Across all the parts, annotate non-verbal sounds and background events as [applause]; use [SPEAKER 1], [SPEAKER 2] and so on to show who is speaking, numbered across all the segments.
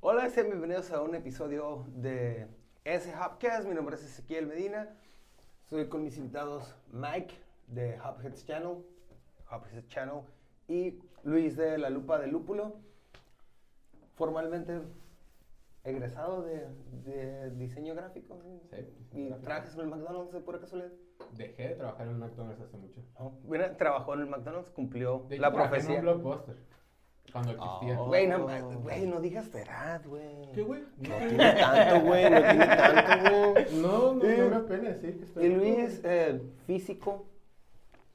[SPEAKER 1] Hola, sean bienvenidos a un episodio de S Hubcast. Mi nombre es Ezequiel Medina. Estoy con mis invitados Mike de Hubheads Channel, Hubheads Channel y Luis de La Lupa de Lúpulo. Formalmente egresado de, de diseño gráfico.
[SPEAKER 2] Sí,
[SPEAKER 1] ¿Y
[SPEAKER 2] diseño
[SPEAKER 1] trabajas en el McDonald's de pura casualidad?
[SPEAKER 2] Dejé de trabajar en McDonald's hace mucho.
[SPEAKER 1] No. Mira, trabajó en el McDonald's, cumplió
[SPEAKER 2] De hecho,
[SPEAKER 1] la
[SPEAKER 2] trabajé
[SPEAKER 1] profecía.
[SPEAKER 2] En un blockbuster. Cuando existía.
[SPEAKER 3] Oh.
[SPEAKER 1] Güey, no, ma- güey, no digas verdad, güey.
[SPEAKER 2] ¿Qué, güey?
[SPEAKER 3] No tiene tanto, güey, no tiene tanto, güey.
[SPEAKER 2] No, no,
[SPEAKER 1] Eh,
[SPEAKER 2] no me apena decir que estoy.
[SPEAKER 1] Y Luis, eh, físico,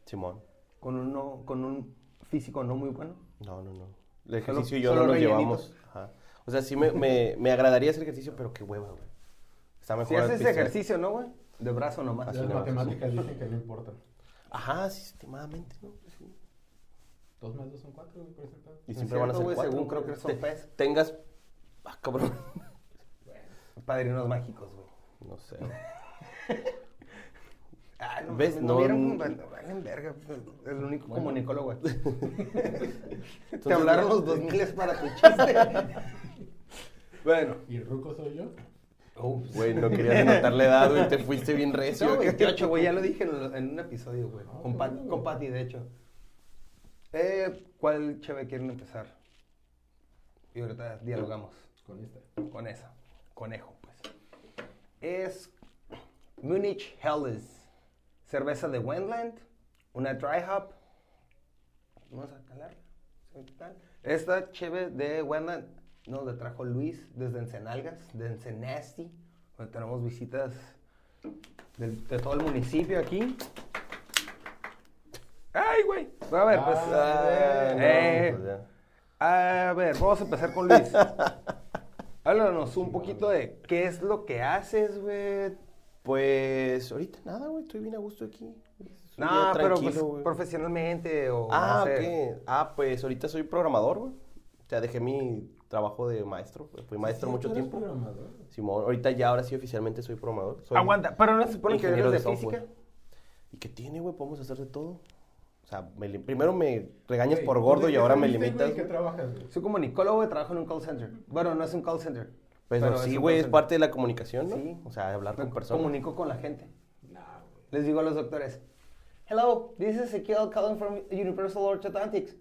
[SPEAKER 3] Simón.
[SPEAKER 1] con un, no- con un físico no muy bueno.
[SPEAKER 3] No, no, no. El
[SPEAKER 1] Solo-
[SPEAKER 3] ejercicio y yo
[SPEAKER 1] solo
[SPEAKER 3] no nos
[SPEAKER 1] rellenitos.
[SPEAKER 3] llevamos. Ajá. O sea, sí me, me, me agradaría hacer ejercicio, pero qué hueva, güey. Está mejor
[SPEAKER 1] Si
[SPEAKER 3] al
[SPEAKER 1] haces
[SPEAKER 3] piso.
[SPEAKER 1] ejercicio, ¿no, güey? De brazo nomás.
[SPEAKER 3] Así
[SPEAKER 2] Las
[SPEAKER 3] no.
[SPEAKER 2] matemáticas dicen que no importan.
[SPEAKER 3] Ajá, sistemadamente, ¿no? Pues sí.
[SPEAKER 2] Dos más dos son cuatro, güey, por ese pedo.
[SPEAKER 3] Y
[SPEAKER 1] Es
[SPEAKER 3] siempre van a
[SPEAKER 1] cierto,
[SPEAKER 3] ser
[SPEAKER 1] güey,
[SPEAKER 3] cuatro.
[SPEAKER 1] según
[SPEAKER 3] güey.
[SPEAKER 1] creo que son
[SPEAKER 3] Te-
[SPEAKER 1] pez.
[SPEAKER 3] Tengas... Ah, cabrón. [laughs]
[SPEAKER 1] Padrinos mágicos, güey.
[SPEAKER 3] No sé.
[SPEAKER 1] Ay, Ah, no,
[SPEAKER 3] ¿Ves?
[SPEAKER 1] ¿No,
[SPEAKER 3] No,
[SPEAKER 1] vieron?
[SPEAKER 3] no.
[SPEAKER 1] Vale- valen verga. pues, El único
[SPEAKER 2] Bueno.
[SPEAKER 1] comunicólogo,
[SPEAKER 3] [laughs]
[SPEAKER 1] güey. Te
[SPEAKER 3] Entonces,
[SPEAKER 1] hablaron
[SPEAKER 3] no-
[SPEAKER 1] los dos miles para tu
[SPEAKER 3] [laughs]
[SPEAKER 1] chiste. bueno.
[SPEAKER 2] ¿Y Ruco soy yo?
[SPEAKER 3] Güey, no querías notar la edad, güey. Te fuiste bien recio.
[SPEAKER 1] No,
[SPEAKER 3] güey.
[SPEAKER 1] 28,
[SPEAKER 3] [laughs]
[SPEAKER 1] güey, ya lo dije en, lo- en un episodio, güey.
[SPEAKER 2] Ah,
[SPEAKER 1] con,
[SPEAKER 2] qué
[SPEAKER 1] Pat-
[SPEAKER 2] bueno,
[SPEAKER 1] con
[SPEAKER 2] güey.
[SPEAKER 1] Patty, de hecho. Eh, ¿Cuál cheve quieren empezar? Y ahorita dialogamos
[SPEAKER 2] Con esta.
[SPEAKER 1] con esa. Conejo, pues. Es Munich Helles. Cerveza de Wendland. Una dry hop. Vamos a calarla. a ver qué tal. Esta cheve de Wendland nos la trajo Luis desde Ensenalgas, de Ensenasti. Donde tenemos visitas del- de, todo el municipio aquí. ¡Ay, güey! A ver, pues.
[SPEAKER 2] Ah,
[SPEAKER 3] no,
[SPEAKER 1] eh,
[SPEAKER 3] pues ya.
[SPEAKER 1] a ver, vamos a empezar con
[SPEAKER 3] [laughs]
[SPEAKER 1] Luis. Háblanos un poquito de qué es lo que haces, güey.
[SPEAKER 3] Pues ahorita nada, güey. Estoy bien a gusto aquí. Es un
[SPEAKER 1] No,
[SPEAKER 3] día
[SPEAKER 1] pero
[SPEAKER 3] tranquilo,
[SPEAKER 1] pues,
[SPEAKER 3] güey.
[SPEAKER 1] profesionalmente o
[SPEAKER 3] Ah,
[SPEAKER 1] no sé.
[SPEAKER 3] ok. Ah, pues ahorita soy programador, güey. O sea, dejé mi trabajo de maestro. güey. Fui maestro
[SPEAKER 2] Sí,
[SPEAKER 3] mucho
[SPEAKER 2] tú eres
[SPEAKER 3] tiempo.
[SPEAKER 2] programador.
[SPEAKER 3] Simón, ahorita ya, ahora sí oficialmente soy programador. Soy
[SPEAKER 1] Aguanta, pero no se supone que
[SPEAKER 3] Pues, ingeniero
[SPEAKER 1] eres de
[SPEAKER 3] de software.
[SPEAKER 1] física.
[SPEAKER 3] ¿Y qué tiene, güey? Podemos hacer de todo. O sea, me lim- primero me regañas
[SPEAKER 2] Güey,
[SPEAKER 3] por
[SPEAKER 2] ¿tú
[SPEAKER 3] gordo
[SPEAKER 2] de
[SPEAKER 3] y
[SPEAKER 2] qué
[SPEAKER 3] ahora me
[SPEAKER 2] saliste, güey?
[SPEAKER 3] limitas.
[SPEAKER 2] ¿Qué
[SPEAKER 3] güey.
[SPEAKER 2] trabajas, güey?
[SPEAKER 1] Soy comunicólogo y trabajo en un call center. Bueno, no es un call center.
[SPEAKER 3] Pues
[SPEAKER 1] pero
[SPEAKER 3] no, sí,
[SPEAKER 1] un
[SPEAKER 3] güey,
[SPEAKER 1] call
[SPEAKER 3] es
[SPEAKER 1] center.
[SPEAKER 3] parte de la comunicación, ¿no?
[SPEAKER 1] Sí.
[SPEAKER 3] O sea, hablar con
[SPEAKER 1] Me
[SPEAKER 3] personas.
[SPEAKER 1] Comunico con la gente.
[SPEAKER 2] Nah, güey.
[SPEAKER 1] Les digo a los doctores, Hello, this is Ezequiel calling from Universal Orthodontics.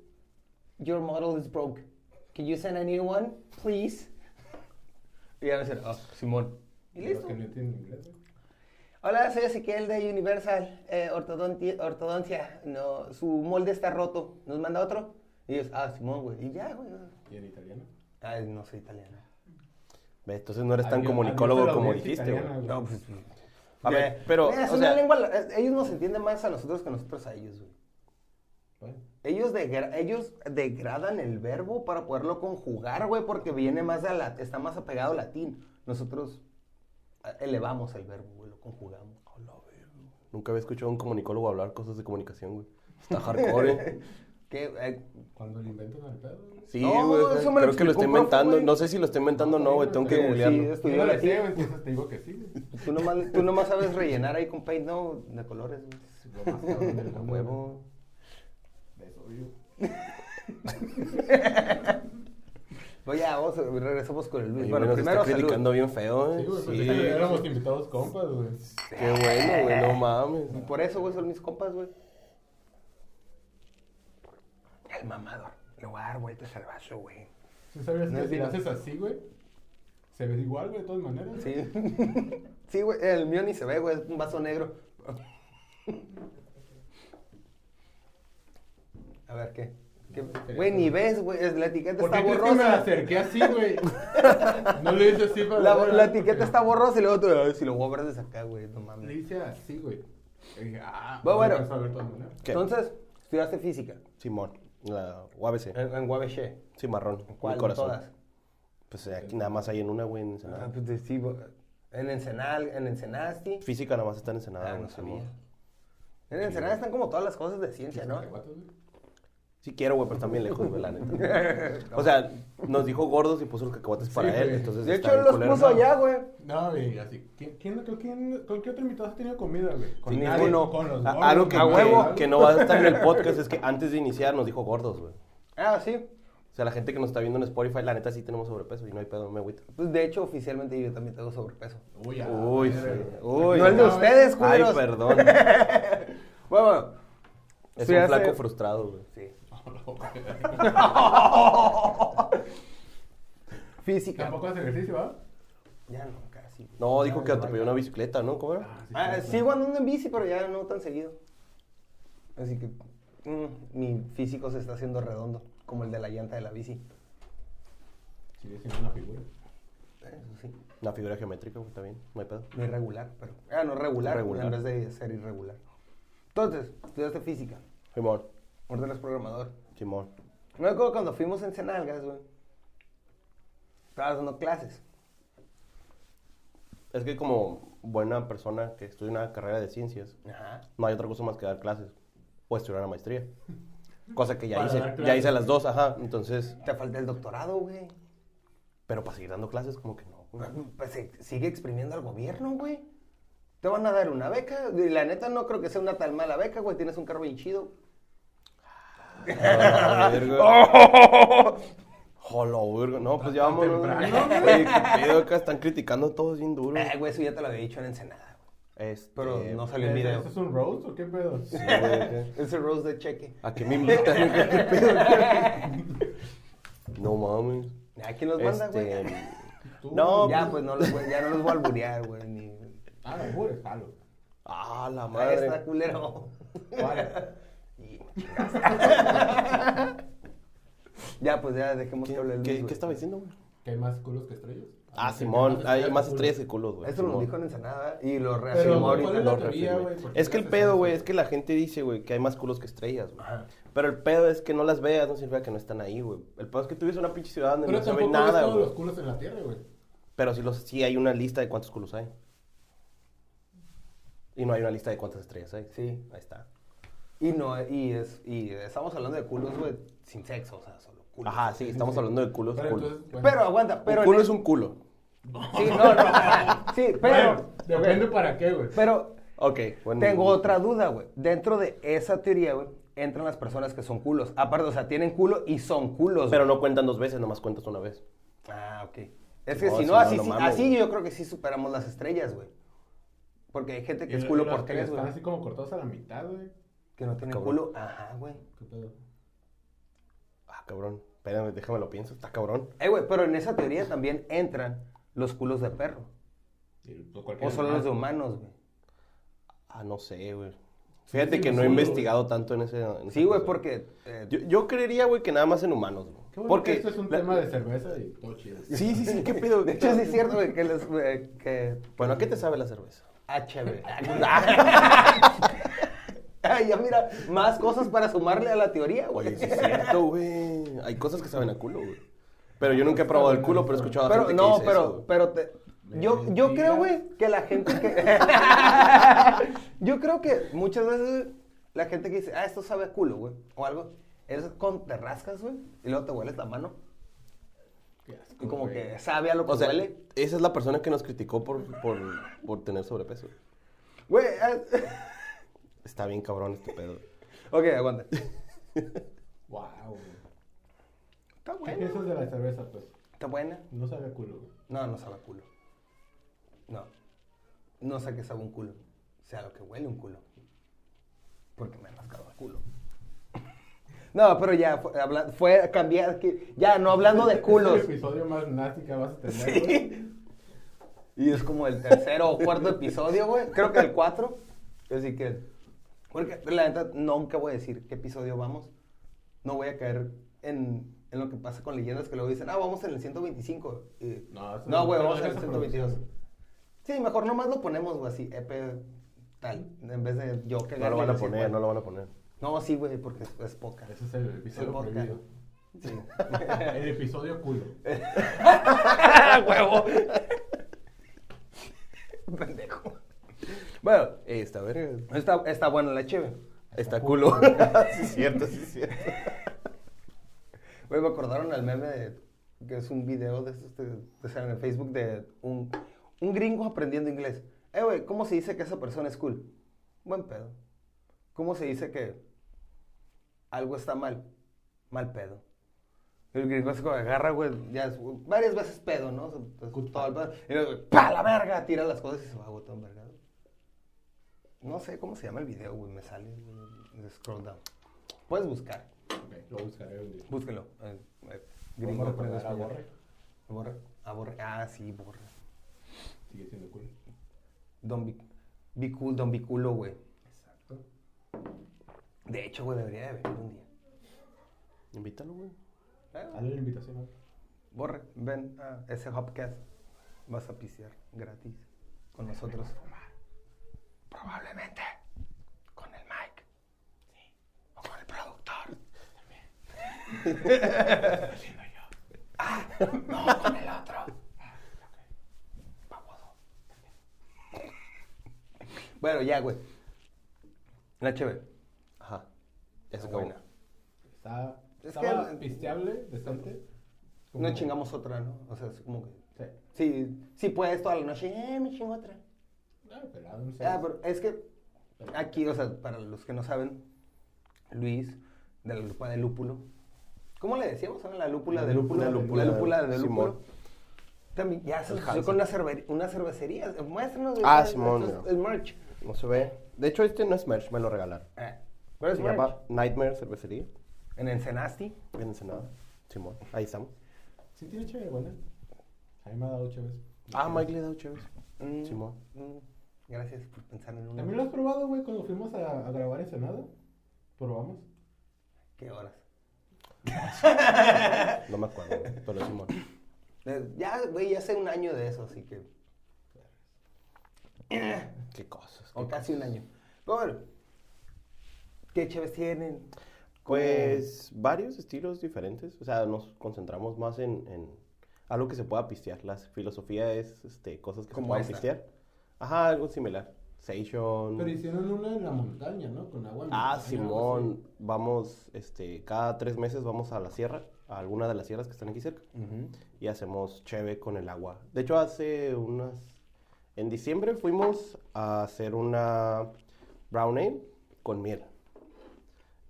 [SPEAKER 1] Your model is broke. Can you send a new one, please? Y ya me dicen, oh, Simón. Y
[SPEAKER 2] Los
[SPEAKER 1] listo.
[SPEAKER 2] que no entienden inglés, güey.
[SPEAKER 1] Hola, soy Ezequiel de Universal eh, Ortodonti- Ortodoncia. No, su molde está roto. ¿Nos manda otro? Y ellos, ah, Simón, güey. Y ya, güey.
[SPEAKER 2] Y en italiano.
[SPEAKER 1] Ay, no soy italiana.
[SPEAKER 3] Ve, Entonces no eres tan
[SPEAKER 2] Adiós-
[SPEAKER 3] comunicólogo
[SPEAKER 2] adiós Ah, a la
[SPEAKER 3] como
[SPEAKER 2] audiencia
[SPEAKER 3] dijiste,
[SPEAKER 2] italiana,
[SPEAKER 3] güey.
[SPEAKER 1] No, pues.
[SPEAKER 3] A ver, pero,
[SPEAKER 1] Mira, es
[SPEAKER 3] o
[SPEAKER 1] una
[SPEAKER 3] sea-
[SPEAKER 1] lengua. eh, Ellos nos entienden más a nosotros que nosotros a ellos, güey.
[SPEAKER 2] Bueno.
[SPEAKER 1] Ellos, degra- ellos degradan el verbo para poderlo conjugar, güey, porque viene más a la, está más apegado al latín. Nosotros eh, elevamos el verbo, güey, lo conjugamos.
[SPEAKER 3] Nunca había escuchado a un comunicólogo hablar cosas de comunicación, güey. Está
[SPEAKER 2] [laughs]
[SPEAKER 3] hardcore, eh.
[SPEAKER 1] ¿Qué? Eh,
[SPEAKER 2] Cuando lo inventan al pedo, güey.
[SPEAKER 3] Sí,
[SPEAKER 1] No,
[SPEAKER 3] güey.
[SPEAKER 1] eso me lo
[SPEAKER 3] creo que
[SPEAKER 1] explicó
[SPEAKER 3] lo
[SPEAKER 1] un
[SPEAKER 3] está
[SPEAKER 1] profe,
[SPEAKER 3] inventando.
[SPEAKER 1] güey.
[SPEAKER 3] No sé si lo está inventando o no, güey. Tengo que
[SPEAKER 1] Sí, sí,
[SPEAKER 3] googlearlo.
[SPEAKER 1] es-
[SPEAKER 2] Yo
[SPEAKER 1] Estudió
[SPEAKER 2] no le
[SPEAKER 1] latín.
[SPEAKER 2] sé, güey, entonces te digo que sí, güey.
[SPEAKER 1] tú, nomás, tú nomás sabes rellenar ahí con paint, ¿no? De colores, güey.
[SPEAKER 2] Lo más cabrón del
[SPEAKER 1] A
[SPEAKER 2] mundo, güey. [laughs]
[SPEAKER 1] huevo.
[SPEAKER 2] De eso vivo.
[SPEAKER 1] Oye, ya, vamos, a- regresamos con el Luis.
[SPEAKER 3] Oye,
[SPEAKER 1] bueno,
[SPEAKER 3] güey, nos
[SPEAKER 1] primero
[SPEAKER 3] está criticando
[SPEAKER 1] salud.
[SPEAKER 3] bien
[SPEAKER 2] Sí,
[SPEAKER 3] feo, eh.
[SPEAKER 2] güey, pues
[SPEAKER 3] Sí.
[SPEAKER 2] es que éramos invitados compas, güey.
[SPEAKER 3] Qué bueno,
[SPEAKER 1] [laughs]
[SPEAKER 3] güey. No mames.
[SPEAKER 1] Por eso, güey, son mis compas, güey. El mamador. Le voy a dar vueltas al vaso, güey.
[SPEAKER 2] ¿Sí sabías
[SPEAKER 1] No
[SPEAKER 2] que
[SPEAKER 1] es
[SPEAKER 2] si
[SPEAKER 1] bien.
[SPEAKER 2] lo haces así, güey? Se ve igual, güey, de todas maneras.
[SPEAKER 1] Sí. [laughs] Sí, güey, el mío ni se ve, güey, es un vaso negro. [laughs] A ver, ¿qué? ¿Qué? Güey, ni ves, güey, es- la etiqueta
[SPEAKER 2] ¿Por qué
[SPEAKER 1] está
[SPEAKER 2] crees que me la
[SPEAKER 1] borrosa.
[SPEAKER 2] acerqué así, güey? No le hice así para...
[SPEAKER 1] La,
[SPEAKER 2] ver,
[SPEAKER 1] la
[SPEAKER 2] porque
[SPEAKER 1] etiqueta está borrosa y luego tú, "Ay, si lo voy a ver desde acá, güey, no
[SPEAKER 2] Le
[SPEAKER 1] mames.
[SPEAKER 2] hice así, güey. Y dije, ah,
[SPEAKER 1] Bueno, bueno.
[SPEAKER 2] no alcanzo a ver de todas maneras.
[SPEAKER 3] ¿Qué?
[SPEAKER 1] Entonces, estudiaste física
[SPEAKER 3] Simón. La UABC.
[SPEAKER 1] en, en UABC.
[SPEAKER 3] Cimarrón.
[SPEAKER 1] Ah. ¿Cuál?
[SPEAKER 3] Mi
[SPEAKER 1] de
[SPEAKER 3] corazón.
[SPEAKER 1] Todas.
[SPEAKER 3] Pues eh, aquí nada más hay en una, güey, en Ensenada.
[SPEAKER 1] Ah, pues, de- sí, güey, en Ensenal, en Ensenasti.
[SPEAKER 3] Física nada más está en Ensenada,
[SPEAKER 1] Ah,
[SPEAKER 3] güey,
[SPEAKER 1] no sabía.
[SPEAKER 3] Simón.
[SPEAKER 1] En Ensenada están como todas las cosas de ciencia, ¿no?
[SPEAKER 2] Guatos, güey.
[SPEAKER 3] Sí quiero, güey, pero están bien lejos, güey, la neta.
[SPEAKER 1] [laughs]
[SPEAKER 3] O sea, nos dijo gordos y puso los cacahuates para él,
[SPEAKER 2] güey.
[SPEAKER 3] entonces
[SPEAKER 1] De
[SPEAKER 3] está
[SPEAKER 1] hecho,
[SPEAKER 3] bien
[SPEAKER 1] los
[SPEAKER 3] culero.
[SPEAKER 1] puso
[SPEAKER 3] No.
[SPEAKER 1] allá, güey.
[SPEAKER 2] No, güey, así. ¿Quién, quién, con, quién, ¿Con qué otro invitado has tenido comida, güey? Con
[SPEAKER 1] Sí,
[SPEAKER 2] nadie,
[SPEAKER 1] ninguno.
[SPEAKER 2] Con los
[SPEAKER 3] A-
[SPEAKER 2] gordos,
[SPEAKER 3] algo que,
[SPEAKER 1] a
[SPEAKER 2] con
[SPEAKER 3] que-
[SPEAKER 1] huevo.
[SPEAKER 2] nadie.
[SPEAKER 3] que no va a estar en el podcast es que antes de iniciar nos dijo gordos, güey.
[SPEAKER 1] Ah, sí.
[SPEAKER 3] sea, la gente que nos está viendo en Spotify, la neta sí tenemos sobrepeso y no hay pedo, no me agüito.
[SPEAKER 1] Pues de hecho, oficialmente yo también tengo sobrepeso.
[SPEAKER 2] Uy, a
[SPEAKER 3] Uy, sí.
[SPEAKER 2] ver.
[SPEAKER 3] Uy.
[SPEAKER 1] no el de
[SPEAKER 2] no,
[SPEAKER 1] ustedes,
[SPEAKER 3] Ay,
[SPEAKER 1] culeros.
[SPEAKER 3] perdón.
[SPEAKER 1] Bueno,
[SPEAKER 3] Es
[SPEAKER 1] Sí,
[SPEAKER 3] un
[SPEAKER 1] hace-
[SPEAKER 3] flaco frustrado, güey.
[SPEAKER 1] sí.
[SPEAKER 2] Tampoco
[SPEAKER 1] [laughs] Física.
[SPEAKER 2] hace ejercicio, ¿va?
[SPEAKER 1] Ya no, casi.
[SPEAKER 3] No,
[SPEAKER 1] Ya
[SPEAKER 3] dijo que
[SPEAKER 1] me vale.
[SPEAKER 3] atropelló una bicicleta, ¿no? ¿Cómo era?
[SPEAKER 1] Ah,
[SPEAKER 2] claro.
[SPEAKER 1] sigo andando en bici, pero ya no tan seguido. Así que mm, mi físico se está haciendo redondo, como el de la llanta de la bici.
[SPEAKER 2] Sigue siendo una figura.
[SPEAKER 1] Eso sí.
[SPEAKER 3] Una figura geométrica, güey, también. No hay pedo.
[SPEAKER 1] No irregular, pero. Ah, no regular,
[SPEAKER 3] Regular.
[SPEAKER 1] en vez de ser irregular. Entonces, estudiaste física.
[SPEAKER 3] Simón,
[SPEAKER 1] Ahorita eres programador.
[SPEAKER 3] Simón.
[SPEAKER 1] Me acuerdo cuando fuimos en Cenalgas, güey. Estabas dando clases.
[SPEAKER 3] Es que como buena persona que estudia una carrera de ciencias,
[SPEAKER 1] Ajá.
[SPEAKER 3] no hay otra cosa más que dar clases o estudiar una maestría. Cosa que ya
[SPEAKER 2] Para dar
[SPEAKER 3] hice, ya
[SPEAKER 2] clases.
[SPEAKER 3] hice las dos, ajá. Entonces,
[SPEAKER 1] Te falta el doctorado, güey.
[SPEAKER 3] pero para seguir dando clases, como que no. güey.
[SPEAKER 1] Pues se sigue exprimiendo al gobierno, güey. Te van a dar una beca. Y la neta no creo que sea una tan mala beca, güey. Tienes un carro bien chido.
[SPEAKER 3] A la [laughs] verga. Jolo, Oh, verga. No, pues ya
[SPEAKER 2] Tan
[SPEAKER 3] vamos.
[SPEAKER 2] temprano,
[SPEAKER 3] Oye, qué pedo, acá están criticando a todos bien duro.
[SPEAKER 1] Eh, güey, eso ya te lo había dicho en Ensenada, güey.
[SPEAKER 3] Este,
[SPEAKER 1] Pero no
[SPEAKER 3] sí,
[SPEAKER 1] salió en
[SPEAKER 2] ¿Es-
[SPEAKER 1] video.
[SPEAKER 2] ¿Eso es un roast o qué pedo?
[SPEAKER 3] güey, ¿qué?
[SPEAKER 1] Es el Rose de cheque.
[SPEAKER 3] ¿A [laughs] qué me invitan?
[SPEAKER 1] [laughs]
[SPEAKER 3] ¿Qué pedo? No mames.
[SPEAKER 1] ¿A quién los Pues manda, güey?
[SPEAKER 3] Este,
[SPEAKER 2] [laughs] Tú.
[SPEAKER 3] No,
[SPEAKER 1] Ya, pues no los, voy- ya no los voy a alburear, güey.
[SPEAKER 2] [laughs]
[SPEAKER 1] Ni...
[SPEAKER 2] Ah, no, jures, jalo.
[SPEAKER 3] Ah, la
[SPEAKER 1] Ahí está,
[SPEAKER 3] madre.
[SPEAKER 1] culero.
[SPEAKER 2] Vale.
[SPEAKER 1] Y- [laughs] ya, pues ya dejemos que hable
[SPEAKER 3] ¿Qué,
[SPEAKER 1] Luis,
[SPEAKER 3] qué,
[SPEAKER 1] güey.
[SPEAKER 3] qué estaba diciendo, güey?
[SPEAKER 2] ¿Que hay más culos que estrellas?
[SPEAKER 3] Ah,
[SPEAKER 2] que
[SPEAKER 3] Simón, hay más
[SPEAKER 2] que
[SPEAKER 3] estrellas que
[SPEAKER 2] culos.
[SPEAKER 3] culos, güey.
[SPEAKER 1] Eso lo
[SPEAKER 3] Simón.
[SPEAKER 1] dijo en Ensenada y lo
[SPEAKER 2] Pero,
[SPEAKER 1] reafirmó
[SPEAKER 2] ¿cuál
[SPEAKER 1] ahorita.
[SPEAKER 2] es la
[SPEAKER 1] Lo
[SPEAKER 3] Lo
[SPEAKER 2] teoría,
[SPEAKER 3] reafirmé.
[SPEAKER 2] güey? ¿Por qué
[SPEAKER 3] Es que el
[SPEAKER 2] haces
[SPEAKER 3] pedo,
[SPEAKER 2] eso?
[SPEAKER 3] güey, es que la gente dice, güey, que hay más culos que estrellas, güey.
[SPEAKER 1] Ajá.
[SPEAKER 3] Pero el pedo es que no las veas, no significa que no están ahí, güey. El pedo es que tú vives en una pinche ciudad donde
[SPEAKER 2] Pero
[SPEAKER 3] no se ve
[SPEAKER 2] tampoco
[SPEAKER 3] nada,
[SPEAKER 2] ves todos
[SPEAKER 3] güey.
[SPEAKER 2] los culos en la tierra, güey.
[SPEAKER 3] Pero sí, los, sí hay una lista de cuántos culos hay. Y no hay una lista de cuántas estrellas hay.
[SPEAKER 1] Sí.
[SPEAKER 3] Ahí está.
[SPEAKER 1] Y no, y es, y estamos hablando de culos, güey, sin sexo, o sea, solo culos.
[SPEAKER 3] Ajá, sí, estamos hablando de culos,
[SPEAKER 2] Pero
[SPEAKER 3] culos.
[SPEAKER 2] entonces, bueno.
[SPEAKER 1] Pero aguanta, pero. en
[SPEAKER 3] un culo
[SPEAKER 1] el-
[SPEAKER 3] es un culo.
[SPEAKER 1] Sí, no, no. [laughs] Sí, pero.
[SPEAKER 2] Bueno, depende para qué, güey.
[SPEAKER 1] Pero
[SPEAKER 3] Ok, bueno.
[SPEAKER 1] tengo otra duda, güey. Dentro de esa teoría, güey, entran las personas que son culos. Aparte, o sea, tienen culo y son culos.
[SPEAKER 3] Pero
[SPEAKER 1] güey.
[SPEAKER 3] no cuentan dos veces, nomás cuentas una vez.
[SPEAKER 1] Ah, ok. Es que
[SPEAKER 3] No,
[SPEAKER 1] si
[SPEAKER 3] si
[SPEAKER 1] no,
[SPEAKER 3] no,
[SPEAKER 1] así,
[SPEAKER 3] no
[SPEAKER 1] sí-
[SPEAKER 3] mames,
[SPEAKER 1] así
[SPEAKER 3] güey.
[SPEAKER 1] yo creo que sí superamos las estrellas, güey. Porque hay gente que es
[SPEAKER 2] Y
[SPEAKER 1] culo
[SPEAKER 2] los
[SPEAKER 1] por
[SPEAKER 2] que
[SPEAKER 1] tres,
[SPEAKER 2] Están
[SPEAKER 1] güey.
[SPEAKER 2] así como cortados a la mitad, güey.
[SPEAKER 1] Que no tienen
[SPEAKER 3] Cabrón.
[SPEAKER 1] culo. Ajá, güey.
[SPEAKER 2] ¿Qué pedo?
[SPEAKER 3] Ah, cabrón. Espérame, déjame lo pienso. Está cabrón.
[SPEAKER 1] Eh, güey, pero en esa teoría también entran los culos de perro.
[SPEAKER 2] Y, pues, cualquier
[SPEAKER 1] O solo los de
[SPEAKER 2] animal.
[SPEAKER 1] humanos, güey.
[SPEAKER 3] Ah, no sé, güey. Fíjate
[SPEAKER 2] sí,
[SPEAKER 3] que
[SPEAKER 2] sí,
[SPEAKER 3] no he
[SPEAKER 2] sí,
[SPEAKER 3] investigado tanto en ese. en
[SPEAKER 1] Sí,
[SPEAKER 3] esa
[SPEAKER 1] güey,
[SPEAKER 3] cosa.
[SPEAKER 1] porque. eh,
[SPEAKER 3] Yo, yo creería, güey, que nada más en humanos, güey.
[SPEAKER 2] Qué bueno
[SPEAKER 3] Porque.
[SPEAKER 2] que esto es un
[SPEAKER 3] la-
[SPEAKER 2] tema de cerveza y todo chido.
[SPEAKER 3] Sí, sí, [laughs] sí, qué pedo.
[SPEAKER 1] de hecho, sí es cierto, güey, que los. eh, que.
[SPEAKER 3] Bueno, ¿a qué te sabe la cerveza? [laughs]
[SPEAKER 1] HB. [laughs] Ay, ya mira, más cosas para sumarle a la teoría,
[SPEAKER 3] Oye,
[SPEAKER 1] güey.
[SPEAKER 3] sí es cierto, güey. Hay cosas que saben a culo, güey. Pero yo nunca he probado el culo, pero he escuchado a
[SPEAKER 1] Pero
[SPEAKER 3] gente que
[SPEAKER 1] no,
[SPEAKER 3] dice
[SPEAKER 1] pero,
[SPEAKER 3] eso, Eh, güey.
[SPEAKER 1] pero te- yo, yo creo,
[SPEAKER 2] Mentira.
[SPEAKER 1] güey, que la gente que.
[SPEAKER 3] [laughs]
[SPEAKER 1] yo creo que muchas veces güey, la gente que dice, ah, esto sabe a culo, güey, o algo, es con te rascas, güey, y luego te hueles la mano.
[SPEAKER 2] Qué asco,
[SPEAKER 1] Y como
[SPEAKER 2] güey.
[SPEAKER 1] que sabe a lo que
[SPEAKER 3] O sea,
[SPEAKER 1] huele.
[SPEAKER 3] esa es la persona que nos criticó por, por, por tener sobrepeso.
[SPEAKER 1] Güey, ah, [laughs]
[SPEAKER 3] Está bien cabrón este pedo.
[SPEAKER 1] ok,
[SPEAKER 3] [laughs]
[SPEAKER 1] aguanta.
[SPEAKER 2] Wow, güey.
[SPEAKER 1] Está
[SPEAKER 2] ¿Qué
[SPEAKER 1] buena.
[SPEAKER 2] piensas de la cerveza, pues?
[SPEAKER 1] Está buena.
[SPEAKER 2] No sabe a culo, güey.
[SPEAKER 1] No, no sabe a culo. No. No sé a qué sabe un culo. Sea lo que huele un culo. Porque me han rascado el culo. [laughs] No, pero ya fue, habla- fue cambiar. que- ya, no hablando de
[SPEAKER 2] Es
[SPEAKER 1] culos.
[SPEAKER 2] el episodio más nasty que vas a tener, güey.
[SPEAKER 1] Sí. Y es como el tercero o cuarto episodio, güey. Creo que el cuatro. Así que. Porque la neta, nunca voy a decir qué episodio vamos. No voy a caer en, en lo que pasa con leyendas que luego dicen, ah, vamos en el 125. Y-
[SPEAKER 2] No, eso
[SPEAKER 1] no,
[SPEAKER 2] no-
[SPEAKER 1] güey,
[SPEAKER 2] no
[SPEAKER 1] vamos en
[SPEAKER 2] dejas
[SPEAKER 1] el
[SPEAKER 2] en
[SPEAKER 1] 122.
[SPEAKER 2] producción.
[SPEAKER 1] Sí, mejor nomás lo ponemos, güey, así, EP tal. En vez de yo que
[SPEAKER 3] No lo van a poner, no lo van a poner.
[SPEAKER 1] No, sí, güey, porque es, es poca.
[SPEAKER 2] Ese es el
[SPEAKER 1] El
[SPEAKER 2] episodio
[SPEAKER 1] podcast.
[SPEAKER 2] prohibido.
[SPEAKER 1] Sí.
[SPEAKER 2] [laughs] El episodio
[SPEAKER 3] [laughs]
[SPEAKER 2] culo.
[SPEAKER 1] huevo! [laughs] Pendejo. Bueno,
[SPEAKER 3] Esta verga.
[SPEAKER 1] está, está buena la cheve.
[SPEAKER 3] Está culo. [laughs]
[SPEAKER 1] [laughs]
[SPEAKER 3] sí, es cierto, sí, es cierto.
[SPEAKER 1] Güey, me acordaron al meme de- que es un video de, esos de- o sea, en el Facebook de un, un gringo aprendiendo inglés. Eh, güey, ¿cómo se dice que esa persona es cool? Buen pedo. ¿Cómo se dice que algo está mal? Mal pedo. Y El gringo se agarra, güey, ya es- varias veces pedo, ¿no? Se- se- todo el pedo. Y luego, güey, ¡pa la verga! Tira las cosas y se va a botón, verga. No sé cómo se llama el video, güey, me sale, güey, de scroll down. Puedes buscar,
[SPEAKER 2] Ok, lo buscaré un día.
[SPEAKER 1] búsquelo. eh, eh,
[SPEAKER 2] Vamos a
[SPEAKER 1] gringo aprende
[SPEAKER 2] recordar a
[SPEAKER 1] español.
[SPEAKER 2] Borre.
[SPEAKER 1] Borre. Ah, borre. Ah, sí, borre.
[SPEAKER 2] Sigue siendo cool.
[SPEAKER 1] Don Bi- Be Cool, Don Be Culo, güey.
[SPEAKER 2] Exacto.
[SPEAKER 1] De hecho, güey, debería de venir un día.
[SPEAKER 3] Invítalo, güey.
[SPEAKER 1] Eh,
[SPEAKER 2] Hazle la invitación. a-
[SPEAKER 1] Borre, ven a ese Hopcast. Vas a pisear gratis con nosotros. Probablemente con el Mike. O con el productor. ah, no, con el otro. Baboso. Bueno, ya, güey. La chévere.
[SPEAKER 3] Ajá. Ya se
[SPEAKER 1] Está
[SPEAKER 3] acabó.
[SPEAKER 1] buena.
[SPEAKER 2] Está,
[SPEAKER 1] Es
[SPEAKER 2] estaba
[SPEAKER 1] que-
[SPEAKER 2] pisteable, bastante.
[SPEAKER 1] No chingamos otra, ¿no? O sea, es como que.
[SPEAKER 2] Sí.
[SPEAKER 1] Sí, sí puedes toda la noche. Eh, me chingo otra.
[SPEAKER 2] Ah, pero Adam Sandler-
[SPEAKER 1] Ah, pero es que aquí, o sea, para los que no saben, Luis, de la lupa de lúpulo. ¿Cómo le decíamos? ¿Saben? La lúpula de lúpulo.
[SPEAKER 3] La lúpula
[SPEAKER 1] La lúpula de
[SPEAKER 3] Simón.
[SPEAKER 1] lúpulo. También, ya se
[SPEAKER 3] El
[SPEAKER 1] asoció
[SPEAKER 3] Hansen.
[SPEAKER 1] con una, cerve- una cervecería. Muéstranos. güey,
[SPEAKER 3] Ah,
[SPEAKER 1] ya,
[SPEAKER 3] Simón,
[SPEAKER 1] esto es
[SPEAKER 3] mira.
[SPEAKER 1] El merch.
[SPEAKER 3] No se ve. De hecho, este no es merch, me lo regalaron.
[SPEAKER 1] Ah, pero es
[SPEAKER 3] Se
[SPEAKER 1] merch.
[SPEAKER 3] llama Nightmare Cervecería.
[SPEAKER 1] En Ensenasti.
[SPEAKER 3] En Ensenada. Simón. Ahí estamos.
[SPEAKER 2] Sí, tiene chévere, buena. A mí me ha dado chévere.
[SPEAKER 3] Ah, Mike le ha dado chévere.
[SPEAKER 1] Mm,
[SPEAKER 3] Simón.
[SPEAKER 1] mm, gracias por pensar en una.
[SPEAKER 2] También lo has probado, güey, cuando fuimos a, a grabar Ensenada. Probamos.
[SPEAKER 1] ¿Qué horas? Mm.
[SPEAKER 3] No me acuerdo, güey, pero Simón.
[SPEAKER 1] [coughs] Eh, Ya, güey, ya hace un año de eso, así que.
[SPEAKER 3] Qué cosas.
[SPEAKER 1] O
[SPEAKER 3] qué
[SPEAKER 1] casi un
[SPEAKER 3] cosas.
[SPEAKER 1] año. Pero bueno, ¿qué chéves tienen?
[SPEAKER 3] Pues varios estilos diferentes. O sea, nos concentramos más en, en algo que se pueda pistear. La filosofía es este, cosas que se
[SPEAKER 1] Como
[SPEAKER 3] puedan
[SPEAKER 1] esta.
[SPEAKER 3] pistear. Ajá, algo similar. Station.
[SPEAKER 2] Pero hicieron una en la montaña, ¿no? Con agua. en la montaña,
[SPEAKER 3] Ah,
[SPEAKER 2] algo
[SPEAKER 3] Simón, vamos, este, cada tres meses vamos a la sierra, a alguna de las sierras que están aquí cerca, y hacemos cheve con el agua. De hecho, hace unas, en diciembre fuimos a hacer una brown ale con miel.